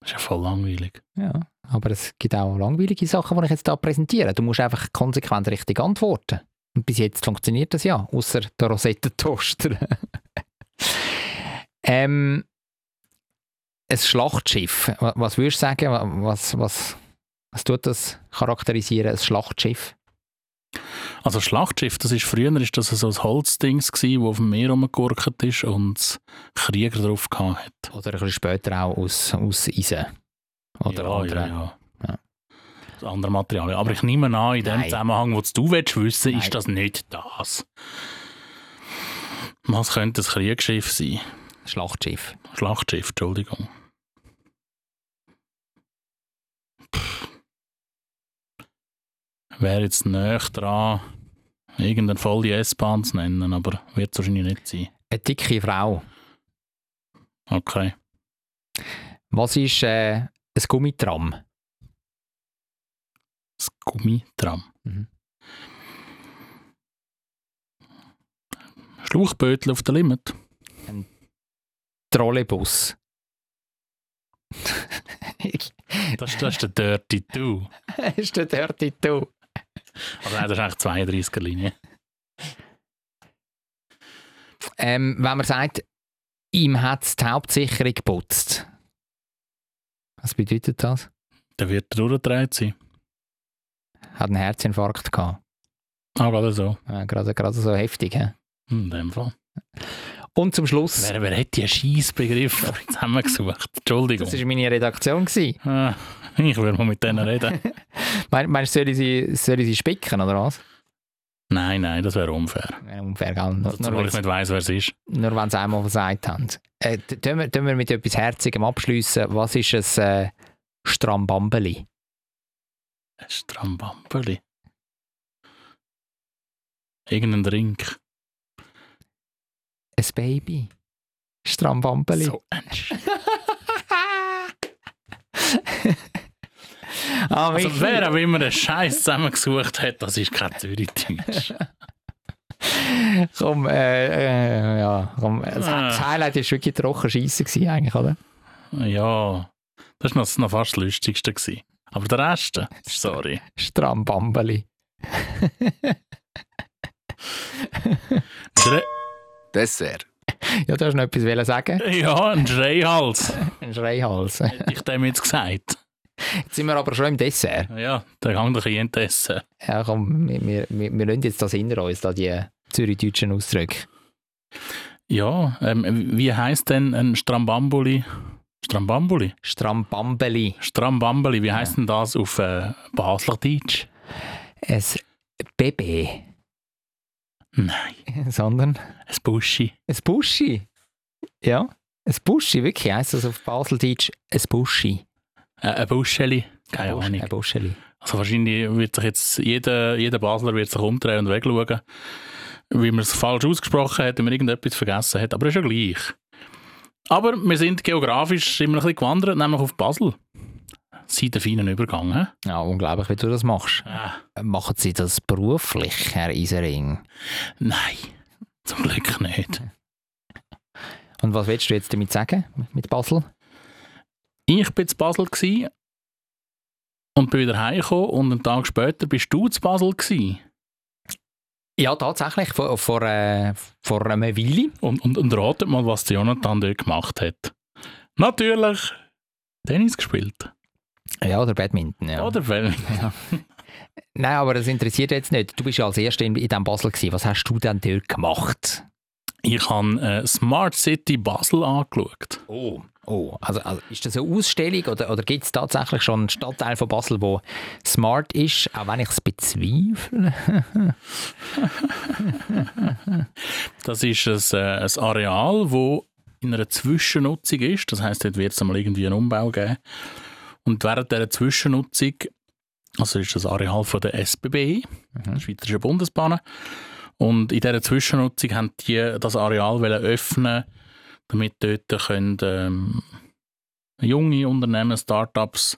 [SPEAKER 1] Das ist ja voll langweilig.
[SPEAKER 2] Ja. Aber es gibt auch langweilige Sachen, die ich jetzt da präsentiere. Du musst einfach konsequent richtig antworten. Und bis jetzt funktioniert das ja, außer der Rosettentoaster. ähm, ein Schlachtschiff. Wa- Was würdest du sagen? wa- Was, was, was tut das charakterisieren, ein Schlachtschiff?
[SPEAKER 1] Also Schlachtschiff, das ist früher ist das so ein Holzding, das auf dem Meer rumgegurkt ist und das Krieger drauf gehabt hat.
[SPEAKER 2] Oder ein bisschen später auch aus, aus Eisen. Oder
[SPEAKER 1] ja,
[SPEAKER 2] anderen.
[SPEAKER 1] Ja, ja.
[SPEAKER 2] Ja.
[SPEAKER 1] Das andere Material. Aber ich nehme an, in dem
[SPEAKER 2] Nein.
[SPEAKER 1] Zusammenhang, wo du willst wissen,
[SPEAKER 2] Nein.
[SPEAKER 1] ist das nicht das. Was könnte ein Kriegsschiff sein?
[SPEAKER 2] Schlachtschiff.
[SPEAKER 1] Schlachtschiff, Entschuldigung. Pff. Wäre jetzt näher dran, irgendeine volle S-Bahn zu nennen, aber wird es wahrscheinlich nicht sein.
[SPEAKER 2] Eine dicke Frau.
[SPEAKER 1] Okay.
[SPEAKER 2] Was ist äh, ein Gummitram?
[SPEAKER 1] Das Gummitram.
[SPEAKER 2] Mhm.
[SPEAKER 1] Schlauchbötel auf der Limit.
[SPEAKER 2] Trolleybus.
[SPEAKER 1] Das, ist- das ist der Dirty Two.
[SPEAKER 2] ist der Dirty Two.
[SPEAKER 1] Also nein, das ist eigentlich 32er Linie.
[SPEAKER 2] Ähm, wenn man sagt, ihm hat es die Hauptsicherung geputzt. Was bedeutet das?
[SPEAKER 1] Der wird er durchgedreht sein.
[SPEAKER 2] Hat einen Herzinfarkt gehabt.
[SPEAKER 1] Ah, gerade so.
[SPEAKER 2] Ja, gerade, gerade so heftig. He?
[SPEAKER 1] In dem Fall.
[SPEAKER 2] Und zum Schluss,
[SPEAKER 1] Wer, wer hat diesen Scheissbegriff zusammengesucht? Entschuldigung.
[SPEAKER 2] das war meine Redaktion. Gewesen.
[SPEAKER 1] Ah, ich würde mal mit denen reden.
[SPEAKER 2] Mein- Meinst du, soll ich sie, soll ich sie spicken oder was?
[SPEAKER 1] nein, nein, das wäre unfair.
[SPEAKER 2] Ja, Unfair, gell? Nur,
[SPEAKER 1] Also,
[SPEAKER 2] nur,
[SPEAKER 1] zumal ich nicht weiss, wer es ist.
[SPEAKER 2] nur wenn sie einmal gesagt haben. Äh, t- tun, wir, tun wir mit etwas Herzigem abschliessen. Was ist ein äh, Strambambeli?
[SPEAKER 1] Ein Strambambeli. Irgendein Drink.
[SPEAKER 2] Ein Baby. Strambambeli.
[SPEAKER 1] So ein Sch-
[SPEAKER 2] Ah,
[SPEAKER 1] Also
[SPEAKER 2] Michi.
[SPEAKER 1] wer auch immer einen Scheiß zusammengesucht hat, das ist kein Zürich-Deutsch.
[SPEAKER 2] Komm, äh, äh, ja, komm. Das,
[SPEAKER 1] Ah.
[SPEAKER 2] das Highlight war wirklich trocken scheiße gewesen eigentlich, oder?
[SPEAKER 1] ja, das war noch, noch fast das Lustigste. Gewesen. Aber der Rest, sorry.
[SPEAKER 2] Strambambeli.
[SPEAKER 1] Schrei
[SPEAKER 7] Dessert.
[SPEAKER 2] Ja, du hast noch etwas wollen sagen?
[SPEAKER 1] ja, ein Schreihals.
[SPEAKER 2] Ein Schreihals.
[SPEAKER 1] Hätte ich dem jetzt gesagt.
[SPEAKER 2] Jetzt sind wir aber schon im Dessert.
[SPEAKER 1] Ja, dann kann doch ein essen.
[SPEAKER 2] Ja, komm, wir, wir, wir wir lassen jetzt das hinter uns, da die zürichdeutschen Ausdrücke.
[SPEAKER 1] Ja, ähm, wie heisst denn ein Strambambuli? Strambambuli?
[SPEAKER 2] Strambambeli.
[SPEAKER 1] Strambambuli, wie heisst denn das auf äh, Baslerdeutsch?
[SPEAKER 2] Ein Baby.
[SPEAKER 1] Nein,
[SPEAKER 2] Sondern
[SPEAKER 1] ein Buschi.
[SPEAKER 2] ein Buschi. Ja, ein Buschi, wirklich heisst das auf Baseldeutsch ein Buschi.
[SPEAKER 1] Äh, ein Buscheli. Keine
[SPEAKER 2] Busch-
[SPEAKER 1] Ahnung.
[SPEAKER 2] Ein Buscheli.
[SPEAKER 1] Also wahrscheinlich wird sich jetzt jeder, jeder Basler wird sich umdrehen und wegschauen, wie man es falsch ausgesprochen hat, wenn man irgendetwas vergessen hat. Aber ist ja gleich. Aber wir sind geografisch immer ein bisschen gewandert, nämlich auf Basel. Seit dem feinen Übergang. He?
[SPEAKER 2] Ja, unglaublich, wie du das machst.
[SPEAKER 1] Ah,
[SPEAKER 2] Machen Sie das beruflich, Herr Isering?
[SPEAKER 1] nein, zum Glück nicht.
[SPEAKER 2] Und was willst du jetzt damit sagen, mit Basel?
[SPEAKER 1] Ich bin zu Basel gsi und bin wieder heimgekommen und einen Tag später bist du zu Basel gsi
[SPEAKER 2] Ja, tatsächlich, vor, vor, äh, vor einer Weile.
[SPEAKER 1] und, und, und ratet mal, was der Jonathan dort gemacht hat. Natürlich Tennis gespielt.
[SPEAKER 2] Ja, oder Badminton, ja.
[SPEAKER 1] Oder weil
[SPEAKER 2] Nein, aber das interessiert jetzt nicht. Du bist ja als Erster in, in diesem Basel. Gewesen. Was hast du denn dort gemacht?
[SPEAKER 1] ich habe äh, Smart City Basel angeschaut.
[SPEAKER 2] Oh. Oh, also, also ist das eine Ausstellung oder, oder gibt es tatsächlich schon einen Stadtteil von Basel, wo smart ist, auch wenn ich es bezweifle?
[SPEAKER 1] Das ist ein, äh, ein Areal, wo in einer Zwischennutzung ist. Das heißt, dort wird es mal irgendwie einen Umbau geben. Und während dieser Zwischennutzung, also ist das Areal von der SBB, der Schweizerischen Bundesbahn, und in dieser Zwischennutzung haben die das Areal wollen öffnen, damit dort können, ähm, junge Unternehmen, Startups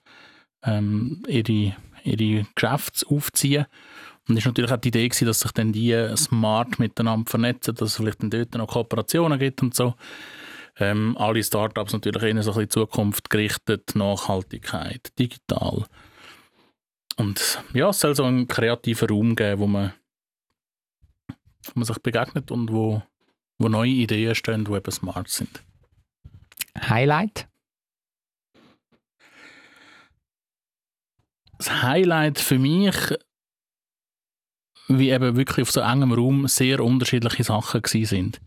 [SPEAKER 1] ähm, ihre, ihre Geschäfte aufziehen und es war natürlich auch die Idee, gewesen, dass sich dann die smart miteinander vernetzen, dass es vielleicht dann dort noch Kooperationen gibt und so. Ähm, alle Startups natürlich eher so ein bisschen Zukunft gerichtet, Nachhaltigkeit, digital. Und ja, es soll so einen kreativen Raum geben, wo man, wo man sich begegnet und wo, wo neue Ideen stehen, die eben smart sind.
[SPEAKER 2] Highlight?
[SPEAKER 1] das Highlight für mich, wie eben wirklich auf so engem Raum sehr unterschiedliche Sachen gewesen sind.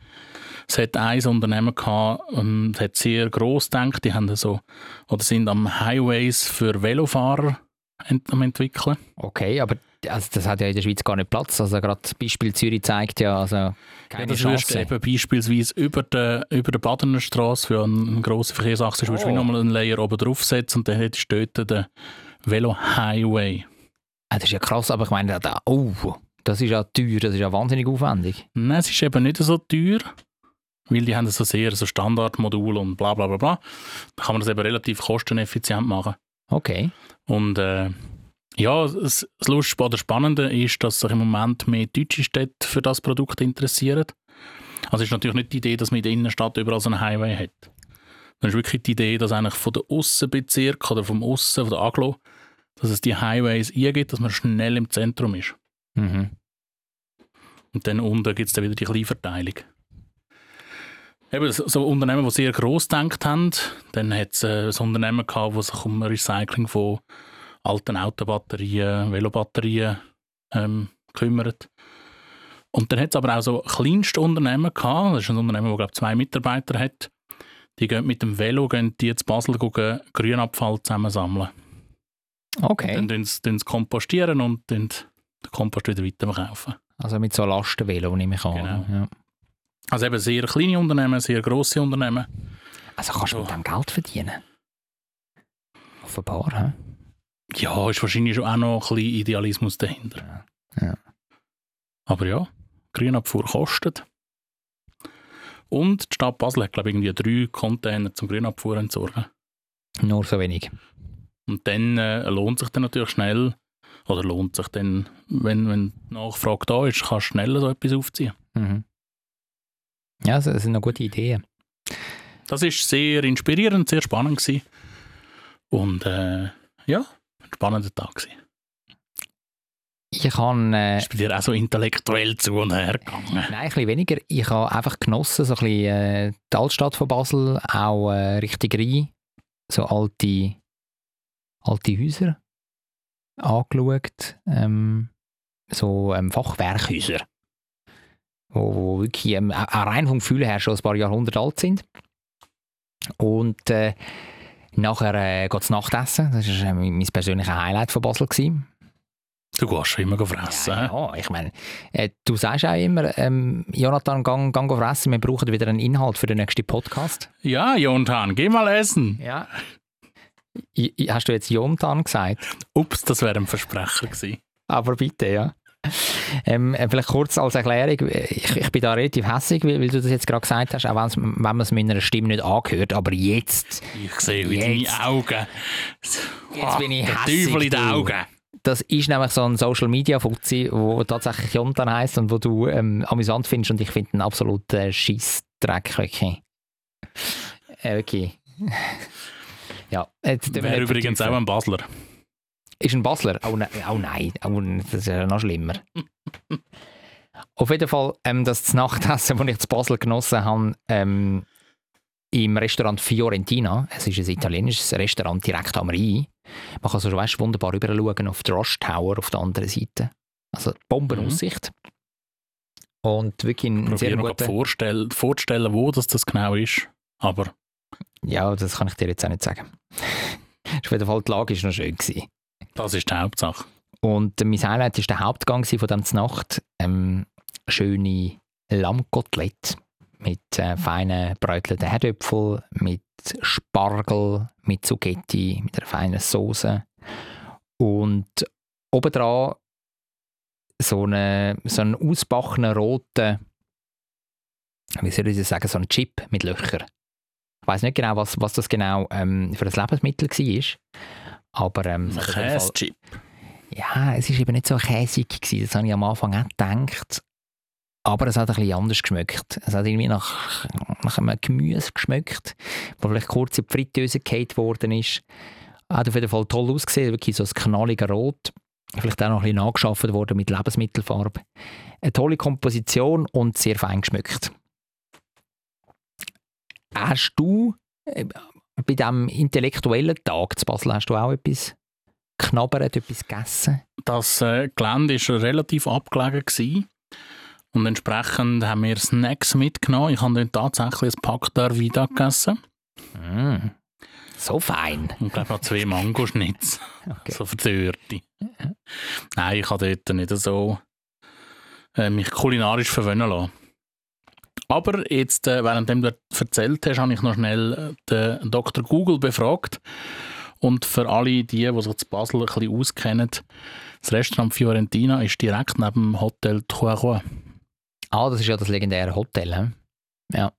[SPEAKER 1] Es hat ein Unternehmen gehabt, ähm, das hat sehr gross gedacht, die haben so, oder sind am Highways für Velofahrer ent am entwickeln.
[SPEAKER 2] Okay, aber also das hat ja in der Schweiz gar nicht Platz. Also gerade das Beispiel Zürich zeigt ja, also
[SPEAKER 1] Ja,
[SPEAKER 2] keine
[SPEAKER 1] das würdest du
[SPEAKER 2] Chance.
[SPEAKER 1] eben beispielsweise über der über der Badener Straße, für eine grosse Verkehrsachse, ist, würdest du
[SPEAKER 2] Oh.
[SPEAKER 1] wie nochmal einen Layer oben draufsetzen und dann hättest du dort den Velo-Highway.
[SPEAKER 2] Ah, das ist ja krass, aber ich meine, da, oh, das ist ja teuer, das ist ja wahnsinnig aufwendig.
[SPEAKER 1] Nein, es ist eben nicht so teuer, weil die haben so sehr so Standardmodule und bla bla bla bla. Da kann man das eben relativ kosteneffizient machen.
[SPEAKER 2] Okay.
[SPEAKER 1] Und äh, Ja, das das Lustige oder Spannende ist, dass sich im Moment mehr deutsche Städte für das Produkt interessieren. Also ist natürlich nicht die Idee, dass man in der Innenstadt überall so einen Highway hat. Dann ist wirklich die Idee, dass eigentlich von den Aussenbezirken oder vom Aussen, von der Aglo, dass es die Highways eingibt, dass man schnell im Zentrum ist.
[SPEAKER 2] Mhm.
[SPEAKER 1] Und dann unten gibt es dann wieder die Kleinverteilung. Eben, so- so Unternehmen, die sehr gross gedacht haben, dann hat es äh, ein Unternehmen gehabt, das sich um Recycling von alten Autobatterien, Velobatterien ähm, kümmert. Und dann hat es aber auch so kleinste Unternehmen gehabt, das ist ein Unternehmen, das glaube zwei Mitarbeiter hat, die gehen mit dem Velo gehen die zu Basel gucken, Grünabfall zusammensammeln.
[SPEAKER 2] Okay.
[SPEAKER 1] Dann tun sie tun sie kompostieren und tun den Kompost wieder weiterverkaufen.
[SPEAKER 2] Also mit so Lastenvelo nehme ich an.
[SPEAKER 1] Genau.
[SPEAKER 2] Ja.
[SPEAKER 1] Also eben sehr kleine Unternehmen, sehr grosse Unternehmen.
[SPEAKER 2] Also kannst du mit
[SPEAKER 1] Ja.
[SPEAKER 2] dem Geld verdienen? Offenbar, hä?
[SPEAKER 1] Ja, ist wahrscheinlich schon auch noch ein bisschen Idealismus dahinter.
[SPEAKER 2] Ja. Ja.
[SPEAKER 1] Aber ja, Grünabfuhr kostet. Und die Stadt Basel hat, glaube ich, irgendwie drei Container zum Grünabfuhr entsorgen.
[SPEAKER 2] Nur so wenig.
[SPEAKER 1] Und dann äh, lohnt sich dann natürlich schnell, oder lohnt sich dann, wenn, wenn die Nachfrage da ist, kannst du schneller so etwas aufziehen.
[SPEAKER 2] Mhm. Ja, das das sind noch gute Ideen.
[SPEAKER 1] Das ist sehr inspirierend, sehr spannend gewesen. Und äh, ja, ein spannender Tag gewesen.
[SPEAKER 2] Ich habe äh,
[SPEAKER 1] Ist bei dir auch so intellektuell zu und her gegangen?
[SPEAKER 2] Nein, ein bisschen weniger. Ich habe einfach genossen, so ein bisschen äh, die Altstadt von Basel, auch äh, richtig rein, so alte, alte Häuser angeschaut, ähm, so ähm, Fachwerkhäuser, wo, wo wirklich ähm, auch auch rein vom Gefühl her schon ein paar Jahrhunderte alt sind. Und äh, nachher äh, geht es Nachtessen, das war äh, mein mein persönliches Highlight von Basel. Gewesen.
[SPEAKER 1] Du gehst schon immer fressen.
[SPEAKER 2] Ja,
[SPEAKER 1] hä?
[SPEAKER 2] ja, ich meine, äh, du sagst auch immer, ähm, Jonathan, gang, gang go fressen, wir brauchen wieder einen Inhalt für den nächsten Podcast.
[SPEAKER 1] Ja, Jontan, geh mal essen.
[SPEAKER 2] Ja. I, I, hast du jetzt Jonathan gesagt?
[SPEAKER 1] Ups, das wäre ein Versprecher gewesen.
[SPEAKER 2] Aber bitte, ja. Ähm, äh, vielleicht kurz als Erklärung, äh, ich, ich bin da relativ hässig, weil, weil du das jetzt gerade gesagt hast, auch wenn's- wenn man es meiner Stimme nicht angehört, aber jetzt,
[SPEAKER 1] Ich sehe wieder
[SPEAKER 2] Jetzt.
[SPEAKER 1] deine Augen. Ah,
[SPEAKER 2] jetzt bin ich
[SPEAKER 1] der
[SPEAKER 2] hässig.
[SPEAKER 1] Teufel in den
[SPEAKER 2] du.
[SPEAKER 1] Augen.
[SPEAKER 2] Das ist nämlich so ein Social Media Fuzzi, wo tatsächlich Jonathan heisst und wo du ähm, amüsant findest und ich finde ihn absolut äh, Scheissdreck, wirklich. Äh, wirklich. ja, jetzt tun wir
[SPEAKER 1] Wäre
[SPEAKER 2] nicht
[SPEAKER 1] übrigens auch
[SPEAKER 2] vertiefen.
[SPEAKER 1] ein Basler.
[SPEAKER 2] Ist ein Basler? Oh, ne, oh nein, oh, ne, das ist ja noch schlimmer. Auf jeden Fall, ähm, das Nachtessen, das ich zu Basel genossen habe, ähm, im Restaurant Fiorentina, es ist ein italienisches Restaurant direkt am Rhein, man kann so weißt, wunderbar rüber schauen auf die Rush Tower auf der anderen Seite. Also Bombenaussicht. Und wirklich ein
[SPEAKER 1] Probier
[SPEAKER 2] sehr
[SPEAKER 1] mir gerade
[SPEAKER 2] guter...
[SPEAKER 1] vorstell, vorzustellen, wo das, das genau ist. Aber
[SPEAKER 2] Ja, das kann ich dir jetzt auch nicht sagen. Auf jeden Fall, die Lage war noch schön. Gewesen.
[SPEAKER 1] das ist die Hauptsache.
[SPEAKER 2] Und äh, mein Highlight war der Hauptgang gewesen von dieser Nacht. Ähm, schöne Lammkotelette mit äh, feinen bräutelten Herdöpfeln, mit Spargel, mit Zucchetti, mit einer feinen Soße. Und obendran so einen so einen ausbachenen roten, wie soll ich das sagen, so einen Chip mit Löchern. Ich weiß nicht genau, was, was das genau ähm, für ein Lebensmittel war, aber ähm,
[SPEAKER 1] Ein
[SPEAKER 2] es hat auf jeden Fall-
[SPEAKER 1] Käsechip.
[SPEAKER 2] ja, es war eben nicht so käsig, gewesen. das habe ich am Anfang auch gedacht. Aber es hat ein bisschen anders geschmeckt. Es hat irgendwie nach, nach einem Gemüse geschmeckt, das vielleicht kurz in die Fritteuse gehauen worden ist. Hat auf jeden Fall toll ausgesehen, wirklich so ein knalliger Rot. Vielleicht auch noch ein bisschen nachgeschafft worden mit Lebensmittelfarbe. Eine tolle Komposition und sehr fein geschmückt. Hast du äh, bei diesem intellektuellen Tag zu Basel, hast du auch etwas knabbert, etwas gegessen?
[SPEAKER 1] Das äh, Gelände war relativ abgelegen. Gewesen. Und entsprechend haben wir Snacks mitgenommen. Ich habe dann tatsächlich ein Pack der Vida gegessen.
[SPEAKER 2] Mm. So fein.
[SPEAKER 1] Und glaube noch zwei Mangoschnitz.
[SPEAKER 2] Okay.
[SPEAKER 1] So verzögerte. Nein, ich habe dort nicht so äh, mich kulinarisch verwöhnen lassen. Aber jetzt, äh, während du erzählt hast, habe ich noch schnell äh, den Dr. Google befragt. Und für alle die, die sich zu Basel ein bisschen auskennen, das Restaurant Fiorentina ist direkt neben dem Hotel Trois
[SPEAKER 2] Ah, das ist ja das legendäre Hotel. He? Ja.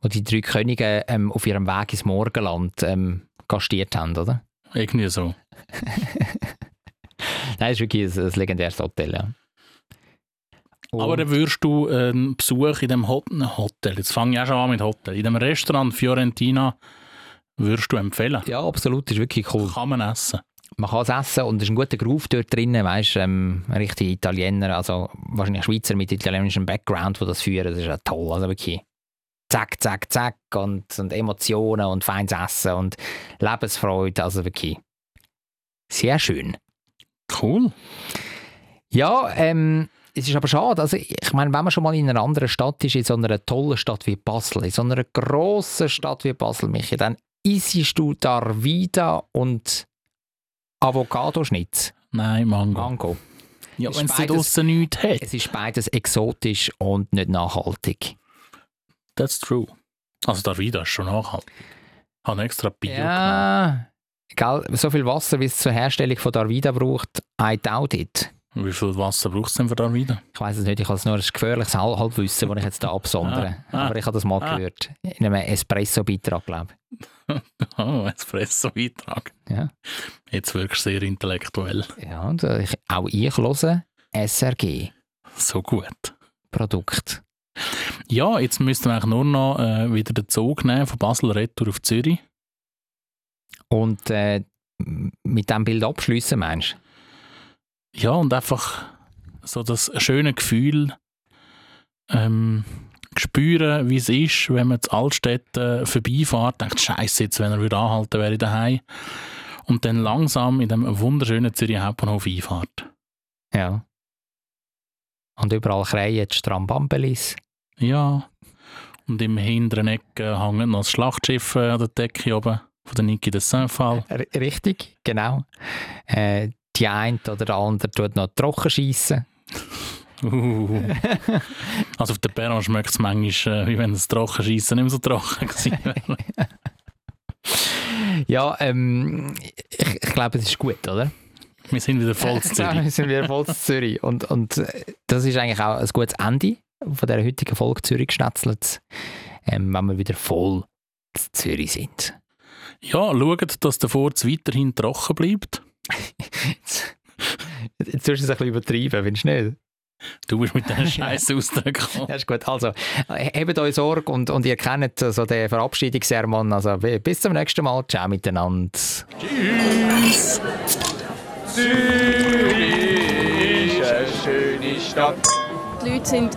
[SPEAKER 2] Wo die drei Könige ähm, auf ihrem Weg ins Morgenland ähm, gastiert haben, oder?
[SPEAKER 1] Irgendwie so.
[SPEAKER 2] Nein, es ist wirklich ein, ein legendäres Hotel. Ja.
[SPEAKER 1] Aber dann würdest du einen Besuch in dem Hot Hotel, jetzt fange ich auch schon an mit Hotel, in dem Restaurant Fiorentina würdest du empfehlen?
[SPEAKER 2] ja, absolut, ist wirklich cool.
[SPEAKER 1] Kann man essen.
[SPEAKER 2] Man kann es essen und es ist ein guter Groove dort drinnen, weißt du, ähm, richtige Italiener, also wahrscheinlich Schweizer mit italienischem Background, die das führen, das ist ja toll, also wirklich zack, zack, zack und, und Emotionen und feines Essen und Lebensfreude, also wirklich sehr schön.
[SPEAKER 1] Cool.
[SPEAKER 2] Ja, ähm, es ist aber schade. Also, ich meine, wenn man schon mal in einer anderen Stadt ist, in so einer tollen Stadt wie Basel, in so einer grossen Stadt wie Basel, Michi, dann isst du Darvida und Avocado-Schnitz.
[SPEAKER 1] Nein, Mango.
[SPEAKER 2] Mango.
[SPEAKER 1] Ja,
[SPEAKER 2] Ist
[SPEAKER 1] wenn es da
[SPEAKER 2] beides-
[SPEAKER 1] draussen nichts hat.
[SPEAKER 2] Es ist beides exotisch und nicht nachhaltig.
[SPEAKER 1] That's true. Also der Vida ist schon nachhaltig. Ich habe extra Bio genommen.
[SPEAKER 2] Ja, gell, so viel Wasser, wie es zur Herstellung von Darvida braucht, I doubt it.
[SPEAKER 1] Wie viel Wasser brauchst du denn für den Vida?
[SPEAKER 2] Ich weiß es nicht, ich habe es nur ein gefährliches Hal- Halbwissen, das ich jetzt da absondere.
[SPEAKER 1] Ah, ah,
[SPEAKER 2] Aber ich habe das mal
[SPEAKER 1] ah.
[SPEAKER 2] gehört. In einem Espresso-Beitrag, glaube ich.
[SPEAKER 1] Oh, Espresso-Beitrag.
[SPEAKER 2] Ja.
[SPEAKER 1] Jetzt wirkst du sehr intellektuell.
[SPEAKER 2] Ja, und äh, ich, auch ich höre SRG-Produkt.
[SPEAKER 1] So gut. Ja, jetzt müssten wir eigentlich nur noch äh, wieder den Zug nehmen von Basel retour auf Zürich.
[SPEAKER 2] Und äh, m- mit diesem Bild abschliessen, meinst du?
[SPEAKER 1] Ja, und einfach so das schöne Gefühl ähm, spüren, wie es ist, wenn man zu Altstädten vorbeifährt, denkt, scheiße, jetzt, wenn er wieder anhalten wäre ich daheim. Und dann langsam in dem wunderschönen Zürich Hauptbahnhof einfahrt.
[SPEAKER 2] Ja. Und überall kreien die Strambambelis.
[SPEAKER 1] Ja. Und im hinteren Ecken hängen noch das Schlachtschiff äh, an der Decke oben von der Niki de Saint-Fall.
[SPEAKER 2] R richtig, genau. Äh, die eine oder der andere tut noch trocken schiessen.
[SPEAKER 1] Uh. also auf der Perron schmeckt es manchmal, äh, wie wenn es trocken schießen nicht mehr so trocken gewesen wäre.
[SPEAKER 2] Ja, ähm, ich, ich glaube, es ist gut, oder?
[SPEAKER 1] Wir sind wieder voll zu Zürich.
[SPEAKER 2] Ja, wir sind wieder voll zu Zürich. Und, und äh, das ist eigentlich auch ein gutes Ende von dieser heutigen Folge Zürich geschnetzelt, ähm, wenn wir wieder voll zu Zürich sind.
[SPEAKER 1] Ja, schaut, dass der Furz weiterhin trocken bleibt.
[SPEAKER 2] Jetzt jetzt tust du es ein bisschen übertreiben, findest du nicht?
[SPEAKER 1] Du bist mit diesen scheiß Ausdrücken gekommen.
[SPEAKER 2] Das ist gut. Also, äh, hebt euch Sorge und, und ihr kennt äh, so den Verabschiedungssermon. Also, b- bis zum nächsten Mal. Ciao miteinander.
[SPEAKER 3] Zürich ist eine schöne Stadt.
[SPEAKER 4] Die Leute sind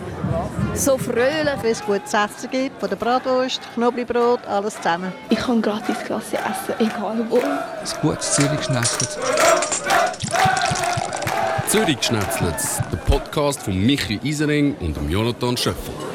[SPEAKER 4] so fröhlich.
[SPEAKER 5] Wenn es gutes Essen gibt, von der Bratwurst, Knoblauchbrot, alles zusammen.
[SPEAKER 6] Ich kann gratis Klasse essen, egal wo.
[SPEAKER 8] Ein gutes Zürich geschnetzelt.
[SPEAKER 7] Zürich Schnetzlitz, der Podcast von Michi Isering und dem Jonathan Schöffel.